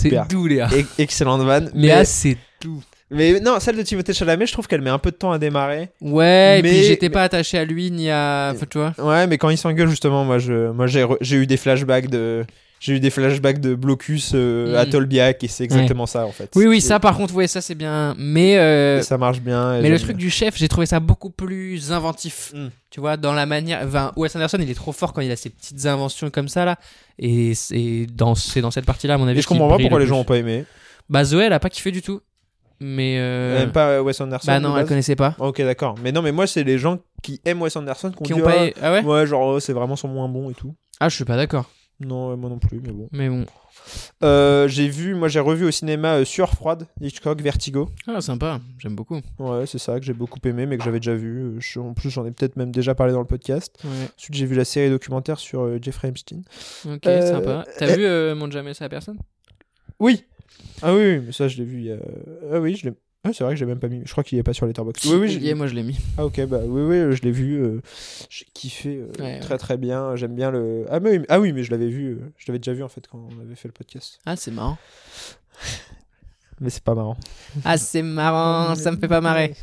Speaker 6: Super.
Speaker 5: C'est doux, Léa.
Speaker 6: E- Excellente vanne.
Speaker 5: Léa,
Speaker 6: Mais,
Speaker 5: c'est doux.
Speaker 6: mais non, celle de Timothée Chalamet, je trouve qu'elle met un peu de temps à démarrer.
Speaker 5: Ouais, et
Speaker 6: Mais- Euh,
Speaker 5: puis j'étais pas attaché à lui ni à. Enfin, tu vois.
Speaker 6: Ouais, mais quand il s'engueule, justement, moi, je, moi, j'ai, re- j'ai eu des flashbacks de, j'ai eu des flashbacks de Blocus euh,
Speaker 5: Mm.
Speaker 6: à Tolbiac et c'est exactement ça en fait.
Speaker 5: Oui, oui,
Speaker 6: Et-
Speaker 5: ça par contre, ouais, ça c'est bien. Mais.
Speaker 6: et
Speaker 5: euh,
Speaker 6: ça marche bien. et
Speaker 5: Mais le
Speaker 6: j'aime
Speaker 5: truc
Speaker 6: bien.
Speaker 5: du chef, j'ai trouvé ça beaucoup plus inventif.
Speaker 6: Mm.
Speaker 5: Tu vois, dans la manière. Enfin, Wes Anderson, il est trop fort quand il a ses petites inventions comme ça, là. Et c'est dans, c'est dans cette partie-là, à mon avis.
Speaker 6: Et je comprends pas
Speaker 5: qu'il brille
Speaker 6: pourquoi
Speaker 5: le
Speaker 6: les gens ont
Speaker 5: plus.
Speaker 6: pas aimé.
Speaker 5: Bah, Zoé, elle a pas kiffé du tout. Mais. euh,
Speaker 6: Elle aime pas euh, Wes Anderson.
Speaker 5: Bah,
Speaker 6: de
Speaker 5: non, elle
Speaker 6: base.
Speaker 5: connaissait pas.
Speaker 6: Ok, d'accord. Mais non, mais moi, c'est les gens qui aiment Wes Anderson qui ont
Speaker 5: Qui
Speaker 6: dit,
Speaker 5: ont pas...
Speaker 6: ah,
Speaker 5: Ah ouais
Speaker 6: ouais, genre, oh, c'est vraiment son moins bon et tout.
Speaker 5: Ah, je suis pas d'accord.
Speaker 6: Non, euh, moi non plus, mais bon.
Speaker 5: Mais bon.
Speaker 6: Euh, j'ai vu, moi j'ai revu au cinéma euh, Sueur froide, Hitchcock, Vertigo.
Speaker 5: Ah, sympa. J'aime beaucoup.
Speaker 6: Ouais, c'est ça que j'ai beaucoup aimé, mais que j'avais déjà vu. Euh, je- en plus, j'en ai peut-être même déjà parlé dans le podcast.
Speaker 5: Ouais.
Speaker 6: Ensuite, j'ai vu la série documentaire sur euh, Jeffrey Epstein.
Speaker 5: Ok,
Speaker 6: Euh,
Speaker 5: sympa. T'as
Speaker 6: euh,
Speaker 5: vu euh, Monte jamais ça à personne
Speaker 6: Oui. Ah oui, oui, mais ça je l'ai vu. il y a- Ah oui, je l'ai. Ah, c'est vrai que j'ai même pas mis. Je crois qu'il est pas sur Letterboxd. Oui, oui, je-
Speaker 5: Il y est, moi, je l'ai mis.
Speaker 6: Ah ok, bah oui, oui, euh, je l'ai vu. euh, J'ai kiffé euh,
Speaker 5: Ouais,
Speaker 6: très très bien. J'aime bien le. Ah, mais, ah oui, mais je l'avais vu. euh, Je l'avais déjà vu en fait quand on avait fait le podcast.
Speaker 5: Ah, c'est marrant.
Speaker 6: Mais c'est pas marrant.
Speaker 5: Ah, c'est marrant. Ça me fait pas marrer.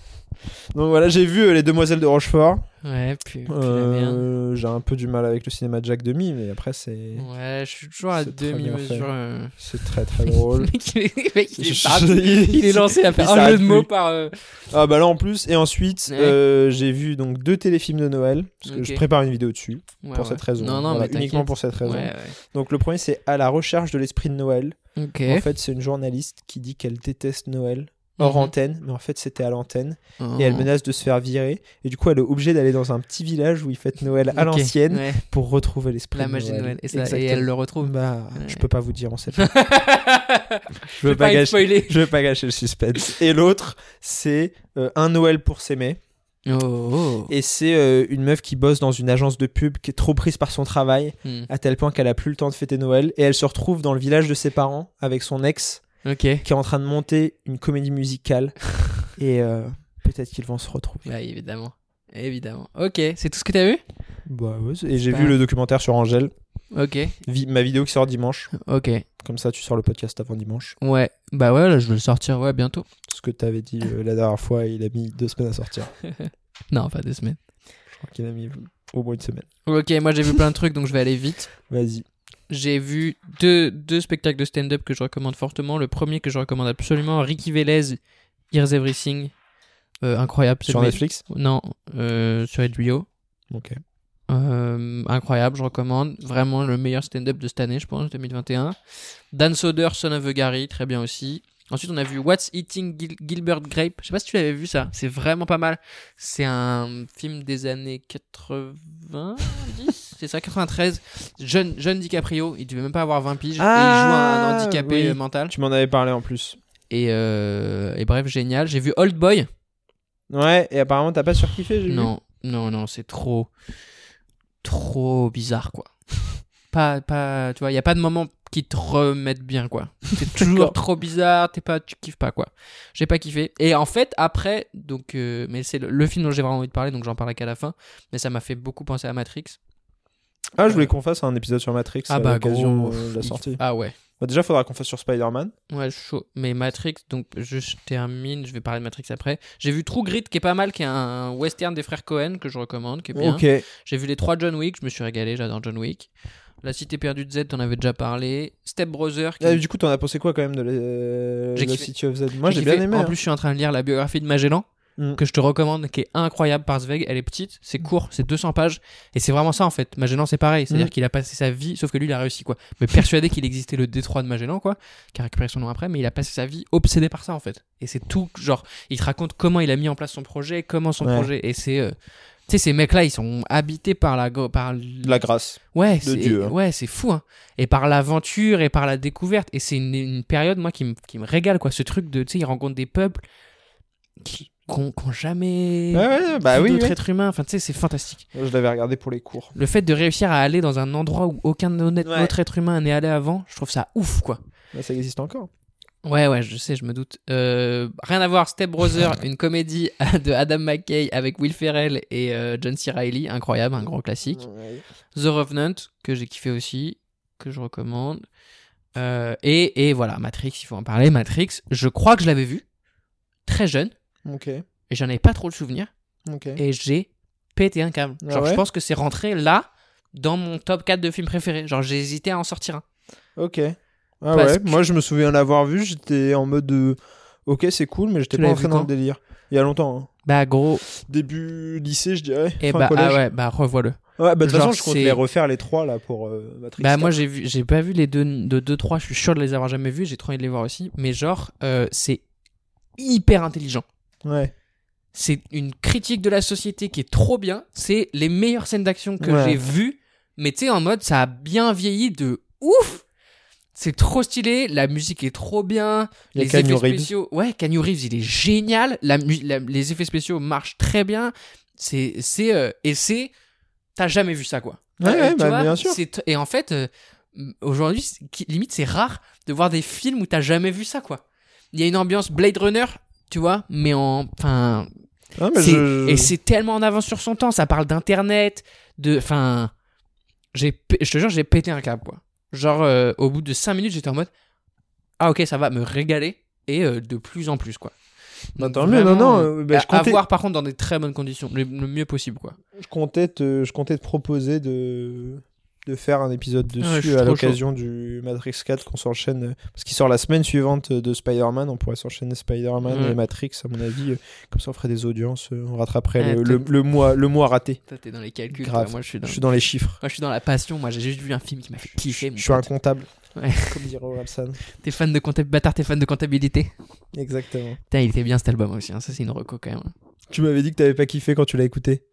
Speaker 6: Donc voilà, j'ai vu euh, Les Demoiselles de Rochefort.
Speaker 5: Ouais, puis. puis la merde. Mm.
Speaker 6: Euh, J'ai un peu du mal avec le cinéma de Jack Demi, mais après c'est
Speaker 5: Ouais, je suis toujours à
Speaker 6: Euh, C'est très bien fait.
Speaker 5: demi-mesure. euh.
Speaker 6: c'est très très drôle.
Speaker 5: Le mec, il est- le mec, il est
Speaker 6: Je-
Speaker 5: parti.
Speaker 6: je-
Speaker 5: Il est lancé à
Speaker 6: il
Speaker 5: faire un
Speaker 6: s'arrête
Speaker 5: jeu de mots
Speaker 6: plus.
Speaker 5: par. euh,
Speaker 6: Ah bah là en plus et ensuite
Speaker 5: Ouais.
Speaker 6: euh, j'ai vu donc deux téléfilms de Noël parce que
Speaker 5: Ok.
Speaker 6: je prépare une vidéo dessus
Speaker 5: ouais,
Speaker 6: pour
Speaker 5: ouais.
Speaker 6: cette raison.
Speaker 5: Non, non,
Speaker 6: Voilà,
Speaker 5: mais
Speaker 6: uniquement
Speaker 5: t'inquiète.
Speaker 6: pour cette raison.
Speaker 5: Ouais,
Speaker 6: Donc le premier c'est à la recherche de l'esprit de Noël.
Speaker 5: ouais. Ok.
Speaker 6: En fait c'est une journaliste qui dit qu'elle déteste Noël hors
Speaker 5: Mhm.
Speaker 6: antenne, mais en fait c'était à l'antenne.
Speaker 5: Oh.
Speaker 6: Et elle menace de se faire virer. Et du coup, elle est obligée d'aller dans un petit village où ils fêtent Noël à
Speaker 5: Ok,
Speaker 6: l'ancienne
Speaker 5: ouais,
Speaker 6: pour retrouver l'esprit.
Speaker 5: la
Speaker 6: de
Speaker 5: magie de Noël. Et, ça- et
Speaker 6: Exactement.
Speaker 5: elle le retrouve.
Speaker 6: Bah,
Speaker 5: Ouais.
Speaker 6: je peux pas vous dire, on sait pas.
Speaker 5: je
Speaker 6: Je veux
Speaker 5: veux pas,
Speaker 6: pas
Speaker 5: y
Speaker 6: gâcher.
Speaker 5: spoiler.
Speaker 6: je veux pas gâcher le suspense. Et l'autre, c'est euh, Un Noël pour s'aimer.
Speaker 5: Oh, oh.
Speaker 6: Et c'est euh, une meuf qui bosse dans une agence de pub qui est trop prise par son travail,
Speaker 5: Hmm.
Speaker 6: à tel point qu'elle a plus le temps de fêter Noël. Et elle se retrouve dans le village de ses parents avec son ex
Speaker 5: Ok.
Speaker 6: qui est en train de monter une comédie musicale. et euh, peut-être qu'ils vont se retrouver.
Speaker 5: Bah, évidemment. Évidemment. Ok, c'est tout ce que t'as vu
Speaker 6: Bah, ouais, c'est- et j'ai
Speaker 5: Bah.
Speaker 6: vu le documentaire sur Angèle,
Speaker 5: Ok.
Speaker 6: vi- ma vidéo qui sort dimanche.
Speaker 5: Ok.
Speaker 6: Comme ça, tu sors le podcast avant dimanche.
Speaker 5: Ouais. Bah ouais, là, je vais le sortir ouais, bientôt.
Speaker 6: Ce que t'avais dit euh, la dernière fois, il a mis deux semaines à sortir.
Speaker 5: Non, pas deux semaines.
Speaker 6: Je crois qu'il a mis au moins une semaine.
Speaker 5: Ok, moi j'ai vu plein de trucs, donc je vais aller vite.
Speaker 6: Vas-y.
Speaker 5: J'ai vu deux, deux spectacles de stand-up que je recommande fortement. Le premier que je recommande absolument, Ricky Vélez, Here's Everything. Euh, incroyable.
Speaker 6: Sur
Speaker 5: celui-
Speaker 6: Netflix
Speaker 5: Non, euh, sur HBO.
Speaker 6: Ok.
Speaker 5: Euh, incroyable, je recommande. Vraiment le meilleur stand-up de cette année, je pense, 2021. Dan Soder, Son of a Gary, très bien aussi. Ensuite, on a vu What's Eating Gil- Gilbert Grape. Je sais pas si tu l'avais vu ça, c'est vraiment pas mal. C'est un film des années 90, c'est ça, 93. Jeune, jeune DiCaprio, il devait même pas avoir 20 piges. et il
Speaker 6: Ah,
Speaker 5: joue un handicapé
Speaker 6: oui.
Speaker 5: euh, mental.
Speaker 6: Tu m'en avais parlé en plus.
Speaker 5: Et, euh, et bref, génial. J'ai vu Old Boy.
Speaker 6: Ouais, et apparemment, t'as pas surkiffé, j'ai vu.
Speaker 5: Non, non, non, c'est trop, trop bizarre, quoi. Pas, pas, tu vois, il n'y a pas de moment qui te remettent bien, quoi. C'est toujours
Speaker 6: D'accord.
Speaker 5: trop bizarre, t'es pas, tu kiffes pas, quoi. J'ai pas kiffé. Et en fait, après, donc, euh, mais c'est le, le film dont j'ai vraiment envie de parler, donc j'en parlerai qu'à la fin, mais ça m'a fait beaucoup penser à Matrix.
Speaker 6: Ah, je voulais qu'on fasse un épisode sur Matrix
Speaker 5: Ah
Speaker 6: à
Speaker 5: bah,
Speaker 6: l'occasion
Speaker 5: gros,
Speaker 6: euh, de la sortie.
Speaker 5: Ah ouais.
Speaker 6: Bah, déjà, faudra qu'on fasse sur Spider-Man.
Speaker 5: Ouais, je suis chaud. Mais Matrix, donc je je termine, je vais parler de Matrix après. J'ai vu True Grit qui est pas mal, qui est un western des frères Cohen que je recommande, qui est bien.
Speaker 6: Ok.
Speaker 5: J'ai vu les trois John Wick, je me suis régalé, j'adore John Wick. La Cité perdue de Z, t'en avais déjà parlé. Step Brother, qui...
Speaker 6: Ah, du coup, t'en as pensé quoi quand même de la, euh,
Speaker 5: J'ai
Speaker 6: la
Speaker 5: kiffé.
Speaker 6: City of Z Moi, j'ai
Speaker 5: kiffé.
Speaker 6: bien aimé.
Speaker 5: En
Speaker 6: hein.
Speaker 5: plus, je suis en train de lire la biographie de Magellan,
Speaker 6: Mm.
Speaker 5: que je te recommande, qui est incroyable par Zweig. Elle est petite, c'est court, c'est 200 pages. Et c'est vraiment ça, en fait. Magellan, c'est pareil. C'est-à-dire
Speaker 6: Mm.
Speaker 5: qu'il a passé sa vie, sauf que lui, il a réussi, quoi. Mais persuadé qu'il existait le détroit de Magellan, quoi, qui a récupéré son nom après, mais il a passé sa vie obsédé par ça, en fait. Et c'est tout, genre, il te raconte comment il a mis en place son projet, comment son
Speaker 6: Ouais.
Speaker 5: projet. Et c'est. euh, Tu sais, ces mecs-là, ils sont habités par la, go- par
Speaker 6: De La grâce.
Speaker 5: Ouais,
Speaker 6: de
Speaker 5: c'est-
Speaker 6: Dieu, hein.
Speaker 5: ouais, c'est fou. hein. Et par l'aventure et par la découverte. Et c'est une, une période, moi, qui me, qui me régale, quoi. Ce truc de, tu sais, il rencontre des peuples qui n'ont jamais
Speaker 6: Ouais, ouais, bah
Speaker 5: vu
Speaker 6: oui,
Speaker 5: d'autres
Speaker 6: oui.
Speaker 5: êtres humains. Enfin, tu sais, c'est fantastique.
Speaker 6: Je l'avais regardé pour les cours.
Speaker 5: Le fait de réussir à aller dans un endroit où aucun honnête-
Speaker 6: Ouais.
Speaker 5: autre être humain n'est allé avant, je trouve ça ouf, quoi.
Speaker 6: Là, ça existe encore.
Speaker 5: Ouais, ouais, je sais, je me doute. Euh, rien à voir, Step Brother, une comédie de Adam McKay avec Will Ferrell et euh, John C. Reilly, incroyable, un grand classique.
Speaker 6: Ouais.
Speaker 5: The Revenant, que j'ai kiffé aussi, que je recommande. Euh, et, et voilà, Matrix, il faut en parler. Matrix, je crois que je l'avais vu, très jeune,
Speaker 6: Ok.
Speaker 5: et j'en ai pas trop le souvenir,
Speaker 6: Ok.
Speaker 5: et j'ai pété un câble.
Speaker 6: Ah
Speaker 5: Genre, je
Speaker 6: ouais
Speaker 5: pense que c'est rentré là, dans mon top 4 de films préférés. Genre, j'ai hésité à en sortir un.
Speaker 6: Ok. Ah
Speaker 5: Parce
Speaker 6: ouais,
Speaker 5: que-
Speaker 6: moi je me souviens l'avoir vu, j'étais en mode de... ok c'est cool, mais j'étais
Speaker 5: Tu
Speaker 6: pas
Speaker 5: l'avais
Speaker 6: entré
Speaker 5: vu
Speaker 6: dans
Speaker 5: quand
Speaker 6: le délire. Il y a longtemps, hein.
Speaker 5: Bah, gros,
Speaker 6: début lycée je dirais,
Speaker 5: et
Speaker 6: fin
Speaker 5: bah,
Speaker 6: collège.
Speaker 5: ah ouais, bah, revois-le.
Speaker 6: Ouais, bah, de toute
Speaker 5: Genre,
Speaker 6: façon je compte
Speaker 5: c'est-
Speaker 6: les refaire les trois là pour euh, Matrix.
Speaker 5: Bah, moi,
Speaker 6: quatre.
Speaker 5: j'ai vu, j'ai pas vu les deux, de deux, trois, je suis sûr de les avoir jamais vus, j'ai trop envie de les voir aussi, mais genre, euh, c'est hyper intelligent.
Speaker 6: Ouais.
Speaker 5: c'est une critique de la société qui est trop bien. C'est les meilleures scènes d'action que
Speaker 6: Ouais.
Speaker 5: j'ai vues. Mais tu sais, en mode, ça a bien vieilli de ouf. C'est trop stylé. La musique est trop bien.
Speaker 6: Il y a
Speaker 5: Les
Speaker 6: Keanu
Speaker 5: effets
Speaker 6: Reeves.
Speaker 5: spéciaux. Ouais, Canyon Reeves, il est génial. La, mu- la- les effets spéciaux marchent très bien. C'est, c'est, euh, et c'est, t'as jamais vu ça, quoi.
Speaker 6: Ouais,
Speaker 5: Euh,
Speaker 6: ouais,
Speaker 5: tu
Speaker 6: bah,
Speaker 5: vois,
Speaker 6: bien sûr.
Speaker 5: c'est- Et en fait, euh, aujourd'hui, c'est- qui- limite, c'est rare de voir des films où t'as jamais vu ça, quoi. Il y a une ambiance Blade Runner, tu vois, mais en, enfin,
Speaker 6: Ah, mais
Speaker 5: c'est-
Speaker 6: je-
Speaker 5: Et c'est tellement en avance sur son temps. Ça parle d'internet, de. Enfin. j'ai p- Je te jure, j'ai pété un câble, quoi. Genre, euh, au bout de 5 minutes, j'étais en mode. Ah, ok, ça va me régaler. Et euh, de plus en plus, quoi.
Speaker 6: Bah,
Speaker 5: Donc,
Speaker 6: tant mieux, non, non, euh, bah,
Speaker 5: à-
Speaker 6: je comptais-
Speaker 5: à voir, par contre, dans des très bonnes conditions. Le, le mieux possible, quoi.
Speaker 6: je comptais te je comptais te proposer de de faire un épisode dessus
Speaker 5: Ah je suis
Speaker 6: à
Speaker 5: trop
Speaker 6: l'occasion du Matrix 4 qu'on s'enchaîne euh, parce qu'il sort la semaine suivante euh, de Spider-Man on pourrait s'enchaîner Spider-Man
Speaker 5: Ouais.
Speaker 6: et Matrix à mon avis euh, comme ça on ferait des audiences euh, on rattraperait
Speaker 5: Ouais,
Speaker 6: le, le-
Speaker 5: Ah, peut-être.
Speaker 6: le mois le mois raté
Speaker 5: Toi, t'es dans les calculs.
Speaker 6: Grave.
Speaker 5: toi. Moi, je suis dans,
Speaker 6: je suis dans les chiffres
Speaker 5: moi, je suis dans la passion. Moi, j'ai juste vu un film qui m'a fait kiffer. mon
Speaker 6: je suis un
Speaker 5: pote.
Speaker 6: comptable
Speaker 5: Ouais.
Speaker 6: comme dirait Oralsan
Speaker 5: T'es fan de comptabilité, bâtard, t'es fan de comptabilité.
Speaker 6: exactement
Speaker 5: Putain, il était bien cet album aussi. hein. Ça, c'est une reco quand même.
Speaker 6: tu m'avais dit que t'avais pas kiffé quand tu l'as écouté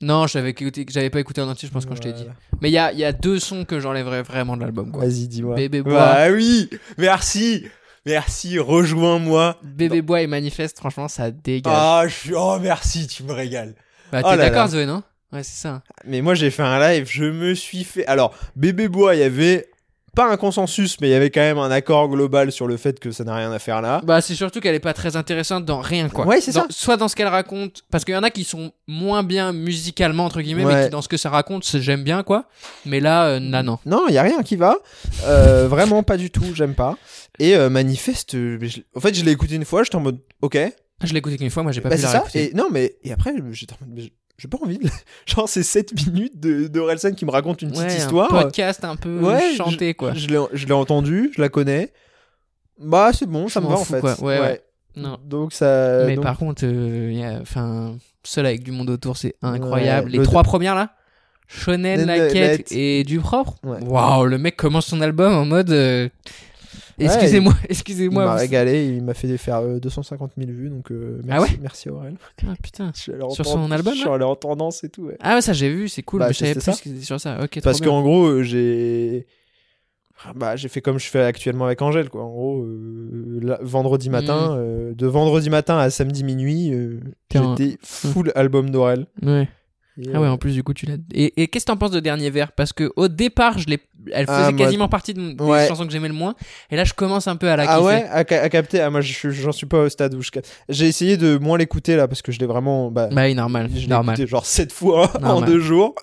Speaker 5: Non, j'avais écouté- j'avais pas écouté en entier, je pense, quand je t'ai dit.
Speaker 6: Voilà.
Speaker 5: Mais il y a, il y a deux sons que j'enlèverais vraiment de l'album, quoi.
Speaker 6: vas-y dis-moi
Speaker 5: Bébé bois,
Speaker 6: bah oui merci merci rejoins-moi
Speaker 5: Bébé bois et manifeste, franchement, ça dégage.
Speaker 6: ah je suis oh merci tu me régales
Speaker 5: bah,
Speaker 6: oh
Speaker 5: t'es
Speaker 6: là
Speaker 5: d'accord,
Speaker 6: là. Ah.
Speaker 5: Zoé, non Ouais, c'est ça.
Speaker 6: Mais moi, j'ai fait un live, je me suis fait. Alors, Bébé Bois, il y avait pas un consensus, mais il y avait quand même un accord global sur le fait que ça n'a rien à faire là.
Speaker 5: Bah, c'est surtout qu'elle est pas très intéressante dans rien, quoi.
Speaker 6: Ouais, c'est
Speaker 5: Dans-
Speaker 6: ça.
Speaker 5: Soit dans ce qu'elle raconte, parce qu'il y en a qui sont moins bien musicalement, entre guillemets, mais
Speaker 6: Ouais. Mm.
Speaker 5: qui, dans ce que ça raconte, c'est- j'aime bien, quoi. Mais là, euh, là, non.
Speaker 6: Non, il y a rien qui va. Euh, vraiment pas du tout, j'aime pas. Et euh, Manifeste, euh, mais je- en fait, je l'ai écouté une fois, j'étais en mode OK.
Speaker 5: Je l'ai écouté qu'une fois, moi, j'ai pas
Speaker 6: bah,
Speaker 5: pu
Speaker 6: c'est
Speaker 5: la
Speaker 6: ça.
Speaker 5: réécouter.
Speaker 6: Et non, mais et après, j'étais en mode. mais J'ai pas envie de. Genre, c'est 7 minutes de- d'Orelsan qui me raconte une petite
Speaker 5: Ouais,
Speaker 6: histoire.
Speaker 5: Un podcast un peu
Speaker 6: Ouais,
Speaker 5: chanté, quoi.
Speaker 6: Je l'ai je l'ai entendu, je la connais. Bah, c'est bon, ça
Speaker 5: Je
Speaker 6: me
Speaker 5: m'en
Speaker 6: va en
Speaker 5: fous,
Speaker 6: fait.
Speaker 5: quoi. Ouais, ouais. Non.
Speaker 6: Donc, ça.
Speaker 5: mais
Speaker 6: donc,
Speaker 5: par contre, euh, y a- enfin, seul avec du monde autour, c'est incroyable.
Speaker 6: Ouais,
Speaker 5: Les
Speaker 6: le-
Speaker 5: trois premières là, Shonen,
Speaker 6: Nen-
Speaker 5: Laquette
Speaker 6: Laquette.
Speaker 5: et du propre.
Speaker 6: Ouais.
Speaker 5: Waouh, le mec commence son album en mode. euh, excusez-moi, excusez-moi.
Speaker 6: il m'a
Speaker 5: vous-
Speaker 6: régalé, il m'a fait des- faire euh, 250 000 vues, donc euh,
Speaker 5: Ah
Speaker 6: merci, merci Aurel.
Speaker 5: Ah putain.
Speaker 6: Je suis allé en
Speaker 5: Sur
Speaker 6: tend-
Speaker 5: son album,
Speaker 6: Je
Speaker 5: là
Speaker 6: suis allé en tendance et tout. ouais.
Speaker 5: Ah ouais, ça j'ai vu, c'est cool.
Speaker 6: Bah,
Speaker 5: mais je savais
Speaker 6: c'était
Speaker 5: plus
Speaker 6: ça.
Speaker 5: ce qu'ils disaient sur ça. Ok,
Speaker 6: Parce
Speaker 5: trop bien.
Speaker 6: qu'en gros, euh, j'ai. Ah, Bah, j'ai fait comme je fais actuellement avec Angèle, quoi. En gros, euh, là, vendredi
Speaker 5: Mmh.
Speaker 6: matin, euh, de vendredi matin à samedi minuit, euh,
Speaker 5: T'es en-
Speaker 6: j'étais full album d'Aurel.
Speaker 5: Ouais.
Speaker 6: Et,
Speaker 5: Ah ouais,
Speaker 6: euh,
Speaker 5: en plus du coup tu l'as. Et, et qu'est-ce que t'en penses de dernier vers Parce que au départ, je l'ai, elle faisait
Speaker 6: Ah, moi-
Speaker 5: quasiment partie de mon- des
Speaker 6: Ouais.
Speaker 5: chansons que j'aimais le moins. Et là, je commence un peu à la
Speaker 6: ah
Speaker 5: kiffer.
Speaker 6: ouais, à, ca- à capter. Ah, moi, je suis- j'en suis pas au stade où je. cap- J'ai essayé de moins l'écouter là parce que je l'ai vraiment. Bah,
Speaker 5: Bah oui, normal,
Speaker 6: Je l'ai
Speaker 5: normal.
Speaker 6: écouté genre 7 fois en
Speaker 5: Normal.
Speaker 6: deux jours.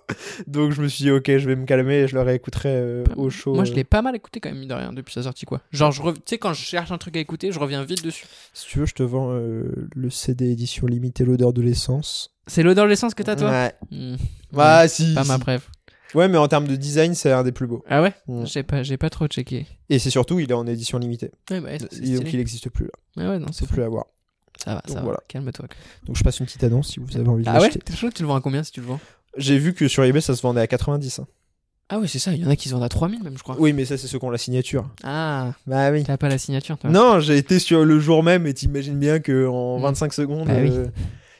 Speaker 6: Donc je me suis dit, ok, je vais me calmer et je le réécouterai euh,
Speaker 5: Pas-
Speaker 6: au show.
Speaker 5: Bah, Moi, je
Speaker 6: euh.
Speaker 5: l'ai pas mal écouté quand même, mine de rien, depuis sa sortie, quoi. Genre, je rev- tu sais, quand je cherche un truc à écouter, je reviens vite dessus.
Speaker 6: Si tu veux, je te vends euh, le CD édition limitée L'odeur de l'essence.
Speaker 5: C'est l'odeur de l'essence que t'as, toi
Speaker 6: Ouais.
Speaker 5: Mmh.
Speaker 6: Bah, si.
Speaker 5: Pas ma
Speaker 6: si.
Speaker 5: brève.
Speaker 6: Ouais, mais en termes de design, c'est un des plus beaux.
Speaker 5: Ah ouais
Speaker 6: Mmh.
Speaker 5: J'ai pas, j'ai pas trop checké.
Speaker 6: Et c'est surtout, il est en édition limitée.
Speaker 5: Ouais, bah, c'est
Speaker 6: Et donc il
Speaker 5: stylé.
Speaker 6: n'existe plus là.
Speaker 5: Ah ouais, non, c'est
Speaker 6: C'est
Speaker 5: fou.
Speaker 6: plus à voir.
Speaker 5: Ça va,
Speaker 6: Donc,
Speaker 5: ça va.
Speaker 6: voilà.
Speaker 5: Calme-toi. quoi.
Speaker 6: Donc je passe une petite annonce si vous avez envie de
Speaker 5: Ah ouais
Speaker 6: l'acheter.
Speaker 5: T'es chaud, tu le vends à combien si tu le vends
Speaker 6: J'ai vu que sur eBay, ça se vendait à 90. hein.
Speaker 5: Ah ouais, c'est ça, il y en a qui se vendent à 3000 même, je crois.
Speaker 6: Oui, mais ça, c'est ceux qui ont la signature.
Speaker 5: Ah,
Speaker 6: Bah oui.
Speaker 5: t'as pas la signature, toi
Speaker 6: Non, j'ai été sur le jour même et t'imagines bien que en
Speaker 5: Mm.
Speaker 6: 25 secondes.
Speaker 5: Bah oui.
Speaker 6: euh,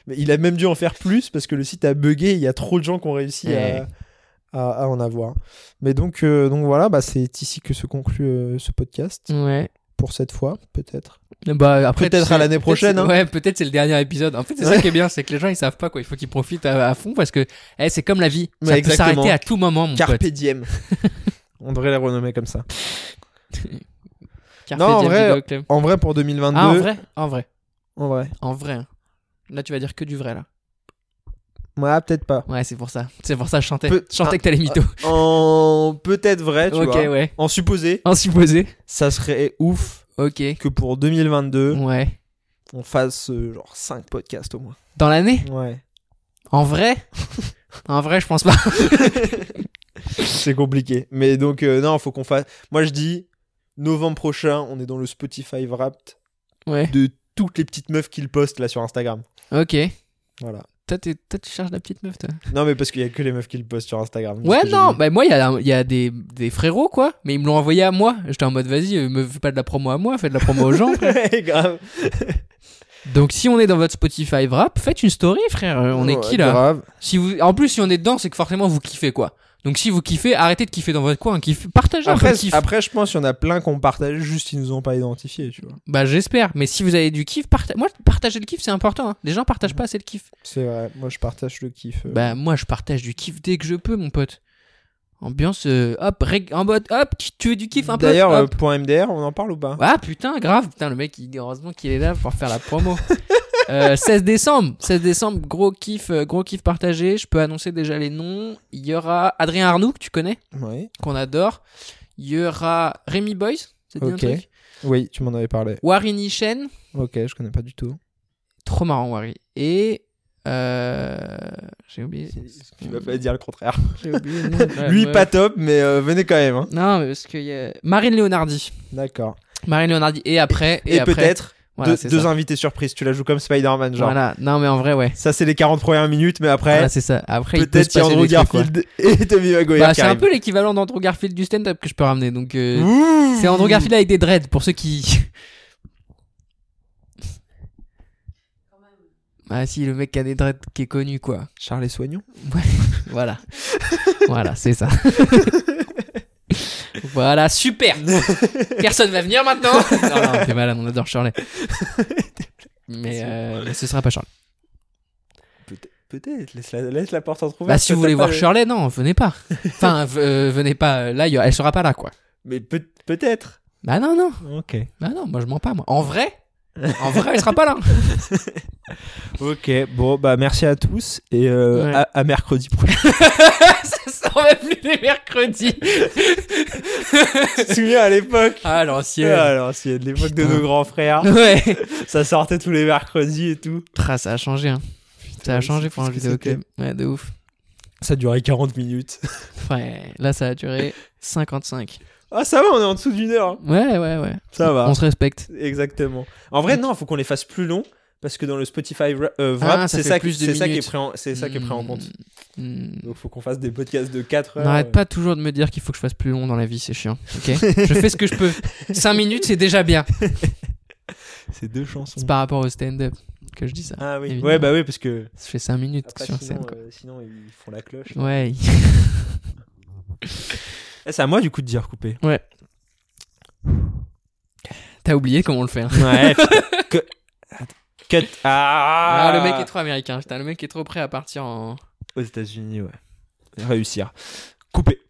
Speaker 6: mais il a même dû en faire plus parce que le site a bugué. Il y a trop de gens qui ont réussi
Speaker 5: Eh Ouais.
Speaker 6: à, à- à en avoir. Mais donc, euh, donc voilà, bah, c'est ici que se conclut euh, ce podcast
Speaker 5: Ouais.
Speaker 6: pour cette fois, peut-être.
Speaker 5: Bah, après,
Speaker 6: Peut-être
Speaker 5: tu sais,
Speaker 6: à l'année
Speaker 5: peut-être
Speaker 6: prochaine,
Speaker 5: c'est-
Speaker 6: hein.
Speaker 5: Ouais, peut-être c'est le dernier épisode. En fait, c'est ça
Speaker 6: Ouais.
Speaker 5: qui est bien, c'est que les gens ils savent pas quoi. Il faut qu'ils profitent à, à fond parce que eh, c'est comme la vie.
Speaker 6: Mais
Speaker 5: ça
Speaker 6: exactement.
Speaker 5: peut s'arrêter à tout moment, mon
Speaker 6: Carpe
Speaker 5: pote.
Speaker 6: diem. On devrait la renommer comme ça.
Speaker 5: Carpe
Speaker 6: Non, en
Speaker 5: diem,
Speaker 6: vrai,
Speaker 5: dis donc, Clem.
Speaker 6: En vrai, pour 2022.
Speaker 5: Ah, en vrai En vrai.
Speaker 6: En vrai.
Speaker 5: En vrai. hein. Là, tu vas dire que du vrai, là.
Speaker 6: Ouais, peut-être pas.
Speaker 5: Ouais, c'est pour ça. C'est pour ça que je chantais.
Speaker 6: Peu-
Speaker 5: Je chantais
Speaker 6: Ah,
Speaker 5: que t'allais mytho.
Speaker 6: En peut-être vrai, tu
Speaker 5: ah, ok,
Speaker 6: vois.
Speaker 5: ouais.
Speaker 6: En supposé,
Speaker 5: En supposé.
Speaker 6: ça serait ouf
Speaker 5: Ok.
Speaker 6: que pour 2022,
Speaker 5: Ouais.
Speaker 6: on fasse euh, genre 5 podcasts au moins.
Speaker 5: Dans l'année
Speaker 6: Ouais.
Speaker 5: En vrai En vrai, je pense pas.
Speaker 6: C'est compliqué. Mais donc, euh, non, faut qu'on fasse. Moi, je dis, novembre prochain, on est dans le Spotify Wrapped
Speaker 5: Ouais.
Speaker 6: de toutes les petites meufs qu'il postent là sur Instagram.
Speaker 5: Ok.
Speaker 6: Voilà.
Speaker 5: Toi, t'es- toi, tu cherches la petite meuf, toi.
Speaker 6: Non, mais parce qu'il y a que les meufs qu'il postent sur Instagram.
Speaker 5: Ouais,
Speaker 6: C'est ce que
Speaker 5: non,
Speaker 6: j'ai dit.
Speaker 5: bah moi, il y a, un- il y a des, des frérots, quoi. Mais ils me l'ont envoyé à moi. J'étais en mode, vas-y, euh, me fais pas de la promo à moi, fais de la promo aux gens. frère.
Speaker 6: Ouais, grave.
Speaker 5: Donc, si on est dans votre Spotify rap, faites une story, frère. Euh, On est
Speaker 6: Ouais,
Speaker 5: qui, là
Speaker 6: grave.
Speaker 5: Si vous, en plus, si on est dedans, c'est que forcément vous kiffez quoi. Donc si vous kiffez, arrêtez de kiffer dans votre coin, kiffez, partagez un peu
Speaker 6: Après,
Speaker 5: le kiff.
Speaker 6: après, je pense qu'il y en a plein qu'on partage juste ils nous ont pas identifiés, tu vois.
Speaker 5: Bah j'espère. Mais si vous avez du kiff, parta- moi partager le kiff c'est important. hein. Les gens partagent pas assez le kiff.
Speaker 6: C'est vrai. Moi, je partage le kiff. euh.
Speaker 5: Bah moi je partage du kiff dès que je peux, mon pote. Ambiance, euh, hop, rég- en mode, hop, tu- tu veux du kiff un peu.
Speaker 6: D'ailleurs, euh,
Speaker 5: hop.
Speaker 6: point MDR, on en parle ou pas
Speaker 5: ah putain grave, putain le mec, il- heureusement qu'il est là pour faire la promo. Euh, 16 décembre, 16 décembre, gros kiff, euh, gros kiff partagé. Je peux annoncer déjà les noms. Il y aura Adrien Arnoux que tu connais.
Speaker 6: Oui.
Speaker 5: qu'on adore. Il y aura Rémi Boys, c'est
Speaker 6: Ok.
Speaker 5: un truc.
Speaker 6: Oui, tu m'en avais parlé.
Speaker 5: Wari Nishen,
Speaker 6: Ok, je connais pas du tout.
Speaker 5: trop marrant Wari. Et Euh, J'ai oublié.
Speaker 6: Tu m'as pas dire le contraire.
Speaker 5: J'ai oublié. le nom. Ouais,
Speaker 6: Lui,
Speaker 5: ouais.
Speaker 6: pas top, mais euh, venez quand même. hein.
Speaker 5: Non, mais parce qu'il y a. Marine Leonardi.
Speaker 6: D'accord.
Speaker 5: Marine Leonardi. Et après.
Speaker 6: Et,
Speaker 5: après-
Speaker 6: peut-être
Speaker 5: Voilà,
Speaker 6: deux-
Speaker 5: c'est
Speaker 6: deux
Speaker 5: ça.
Speaker 6: invités surprises. Tu la joues comme Spider-Man, genre.
Speaker 5: Voilà. Non, mais en vrai, ouais.
Speaker 6: Ça, c'est les 40 premières minutes, mais après,
Speaker 5: Voilà, c'est ça. Après, il peut se
Speaker 6: peut-être il y a
Speaker 5: passer
Speaker 6: Andrew
Speaker 5: des trucs, quoi.
Speaker 6: Garfield et Tommy Maguire
Speaker 5: Bah,
Speaker 6: qui
Speaker 5: c'est un
Speaker 6: arrivent.
Speaker 5: peu l'équivalent d'Andrew Garfield du stand-up que je peux ramener. Donc, euh,
Speaker 6: Ouh.
Speaker 5: c'est Andrew Garfield avec des dreads pour ceux qui. Ah si, le mec qui a des dreads qui est connu quoi.
Speaker 6: Charles Soignon.
Speaker 5: Voilà. voilà, c'est ça. voilà, super. Personne va venir maintenant. non, non, t'es malade, on adore Charlie. Mais, euh, mais ce sera pas Charlie.
Speaker 6: Peut-être, laisse la, laisse la porte euh, entrouverte.
Speaker 5: Bah, si
Speaker 6: ça,
Speaker 5: vous
Speaker 6: t'as
Speaker 5: voulez
Speaker 6: pas
Speaker 5: voir
Speaker 6: le-
Speaker 5: Shirley, non, venez pas. Enfin, v- euh, venez pas. Là, il y a- elle sera pas là, quoi.
Speaker 6: Mais peut- peut-être.
Speaker 5: Bah, non, non.
Speaker 6: Ok.
Speaker 5: Bah, non, moi, je mens pas, moi. En vrai, en vrai, elle sera pas là.
Speaker 6: Ok, bon, bah, merci à tous et euh,
Speaker 5: Ouais.
Speaker 6: à, à mercredi prochain.
Speaker 5: ça s'en va plus les mercredis.
Speaker 6: tu te souviens à l'époque
Speaker 5: ah,
Speaker 6: Ah,
Speaker 5: l'ancienne.
Speaker 6: Alors, c'est de l'époque de
Speaker 5: Putain.
Speaker 6: nos grands frères.
Speaker 5: Ouais.
Speaker 6: ça sortait tous les mercredis et tout.
Speaker 5: Tra, ça a changé, hein. Ça a
Speaker 6: je sais
Speaker 5: changé
Speaker 6: plus
Speaker 5: pour un
Speaker 6: ce que
Speaker 5: vidéoclub. Ouais, de ouf.
Speaker 6: Ça durait 40 minutes.
Speaker 5: Ouais, là, ça a duré 55.
Speaker 6: Ah, ça va, on est en dessous d'une heure. hein.
Speaker 5: Ouais, ouais, ouais.
Speaker 6: Ça va.
Speaker 5: On se respecte.
Speaker 6: Exactement. En vrai, non, faut qu'on les fasse plus longs parce que dans le Spotify Wra- euh,
Speaker 5: Ah,
Speaker 6: Wrap,
Speaker 5: ça
Speaker 6: c'est
Speaker 5: fait
Speaker 6: ça, qui-
Speaker 5: plus de
Speaker 6: c'est ça qui est
Speaker 5: minutes.
Speaker 6: pris en, c'est ça qui est pris en
Speaker 5: Mm,
Speaker 6: compte.
Speaker 5: mm.
Speaker 6: Donc, faut qu'on fasse des podcasts de 4 heures. euh,
Speaker 5: N'arrête pas toujours de me dire qu'il faut que je fasse plus long dans la vie, c'est chiant. Ok je fais ce que je peux. 5 minutes, c'est déjà bien.
Speaker 6: C'est deux chansons.
Speaker 5: C'est par rapport au stand-up que je dis ça.
Speaker 6: Ah oui.
Speaker 5: Évidemment.
Speaker 6: Ouais, bah oui, parce que
Speaker 5: Je fais 5 minutes
Speaker 6: après,
Speaker 5: sur
Speaker 6: sinon,
Speaker 5: scène. Quoi.
Speaker 6: euh, sinon, ils font la cloche.
Speaker 5: Ouais.
Speaker 6: Eh, c'est à moi du coup de dire couper.
Speaker 5: T'as oublié comment on le fait. hein.
Speaker 6: Ouais. putain. Que- Attends. Cut. Ah,
Speaker 5: Ah, le mec est trop américain. Putain, le mec est trop prêt à partir en.
Speaker 6: Aux États-Unis, ouais. Réussir. Couper.